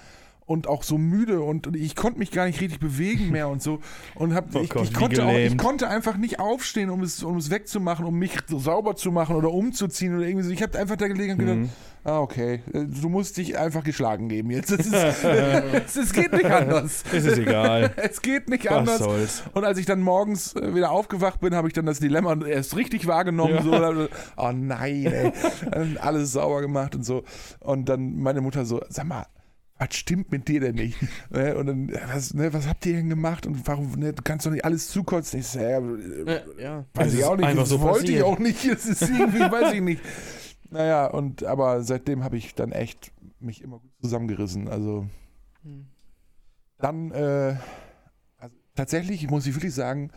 S1: und auch so müde und und ich konnte mich gar nicht richtig bewegen mehr und so. Und hab,
S3: Oh
S1: ich,
S3: Gott,
S1: ich,
S3: wie
S1: konnte auch, ich
S3: gelähmt.
S1: konnte einfach nicht aufstehen, um es, um es wegzumachen, um mich so sauber zu machen oder umzuziehen oder irgendwie so. Ich habe einfach da gelegen und gedacht,
S3: Mhm.
S1: ah, okay, äh, du musst dich einfach geschlagen geben jetzt. Es ist- es ist- geht nicht anders.
S3: Es ist eh egal.
S1: Es geht nicht
S3: Was
S1: anders.
S3: soll's.
S1: Und als ich dann morgens äh, wieder aufgewacht bin, habe ich dann das Dilemma erst richtig wahrgenommen. So, dann, oh nein, ey. Dann alles sauber gemacht und so. Und dann meine Mutter so, sag mal, was stimmt mit dir denn nicht? Ne, Und dann, was, ne, was habt ihr denn gemacht? Und warum ne, du kannst doch nicht alles zukotzen? Ich so, ja, äh,
S2: Äh, ja.
S1: weiß
S3: Es
S1: ich
S3: ist
S1: auch nicht.
S3: einfach
S1: das
S3: so
S1: wollte ich
S3: passiert.
S1: auch nicht. Das ist irgendwie, weiß ich nicht. Naja, und aber seitdem habe ich dann echt mich immer gut zusammengerissen. Also
S2: Hm.
S1: dann, äh, also tatsächlich muss ich wirklich sagen,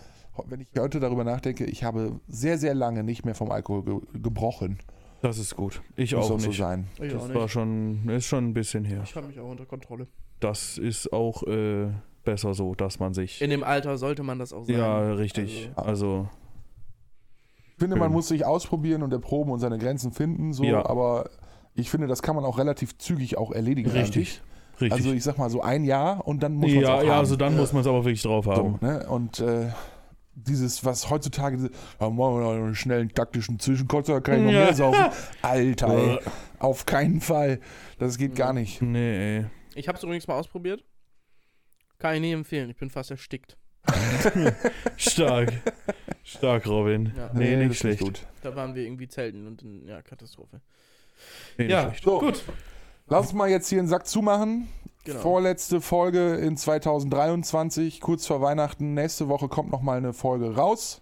S1: wenn ich heute darüber nachdenke, ich habe sehr, sehr lange nicht mehr vom Alkohol ge gebrochen.
S3: Das ist gut. Ich
S1: muss
S3: auch
S1: so
S3: nicht.
S1: sein.
S2: Ich auch
S3: Das war
S2: nicht.
S3: schon, ist schon ein bisschen her.
S2: Ich habe mich auch unter Kontrolle.
S3: Das ist auch äh, besser so, dass man sich.
S2: In dem Alter sollte man das auch sagen.
S3: Ja, richtig. Also,
S1: Ich finde, man
S3: Schön.
S1: muss sich ausprobieren und erproben und seine Grenzen finden, so,
S3: Ja.
S1: aber ich finde, das kann man auch relativ zügig auch erledigen.
S3: richtig. Richtig.
S1: Also ich sag mal so ein Jahr und dann muss man
S3: ja,
S1: auch
S3: ja,
S1: haben.
S3: also dann muss man es aber wirklich drauf haben.
S1: So, ne? Und äh, dieses, was heutzutage, diese, ja, machen wir noch einen schnellen taktischen Zwischenkotzer, kann ich noch
S3: Ja.
S1: mehr saufen. Alter, ey,
S3: Äh.
S1: auf keinen Fall. Das geht gar nicht.
S3: Nee, ey.
S2: Ich habe es übrigens mal ausprobiert. Kann ich nie empfehlen. Ich bin fast erstickt.
S3: Stark. Stark, Robin.
S2: Ja.
S3: Nee,
S1: das
S3: nicht
S1: ist
S3: schlecht.
S1: gut.
S2: Da waren wir irgendwie zelten und in, ja, Katastrophe.
S3: Nee,
S2: ja,
S3: nicht schlecht.
S1: So,
S2: gut.
S1: lass uns mal jetzt hier den Sack zumachen.
S2: Genau.
S1: Vorletzte Folge in 2023, kurz vor Weihnachten. Nächste Woche kommt nochmal eine Folge raus.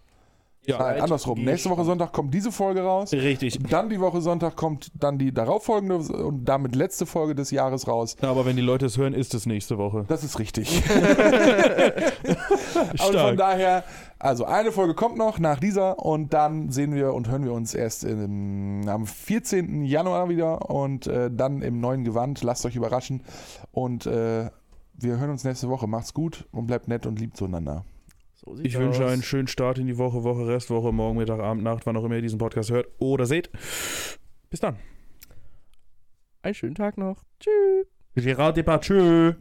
S3: Ja,
S1: Nein, andersrum. Nächste Woche Sonntag kommt diese Folge raus.
S3: richtig.
S1: Dann die Woche Sonntag kommt dann die darauffolgende und damit letzte Folge des Jahres raus.
S3: Aber wenn die Leute es hören, ist es nächste Woche.
S1: Das ist richtig. Und von
S3: Stark.
S1: daher, also eine Folge kommt noch nach dieser und dann sehen wir und hören wir uns erst im, am 14. Januar wieder und äh, dann im neuen Gewand. Lasst euch überraschen und äh, wir hören uns nächste Woche. Macht's gut und bleibt nett und lieb zueinander.
S2: So sieht's
S3: Ich wünsche
S2: aus.
S3: einen schönen Start in die Woche, Woche, Restwoche, morgen, Mittag, Abend, Nacht, wann auch immer ihr diesen Podcast hört oder seht. Bis dann.
S2: einen schönen Tag noch. Tschüss.
S3: Gérard Depardieu.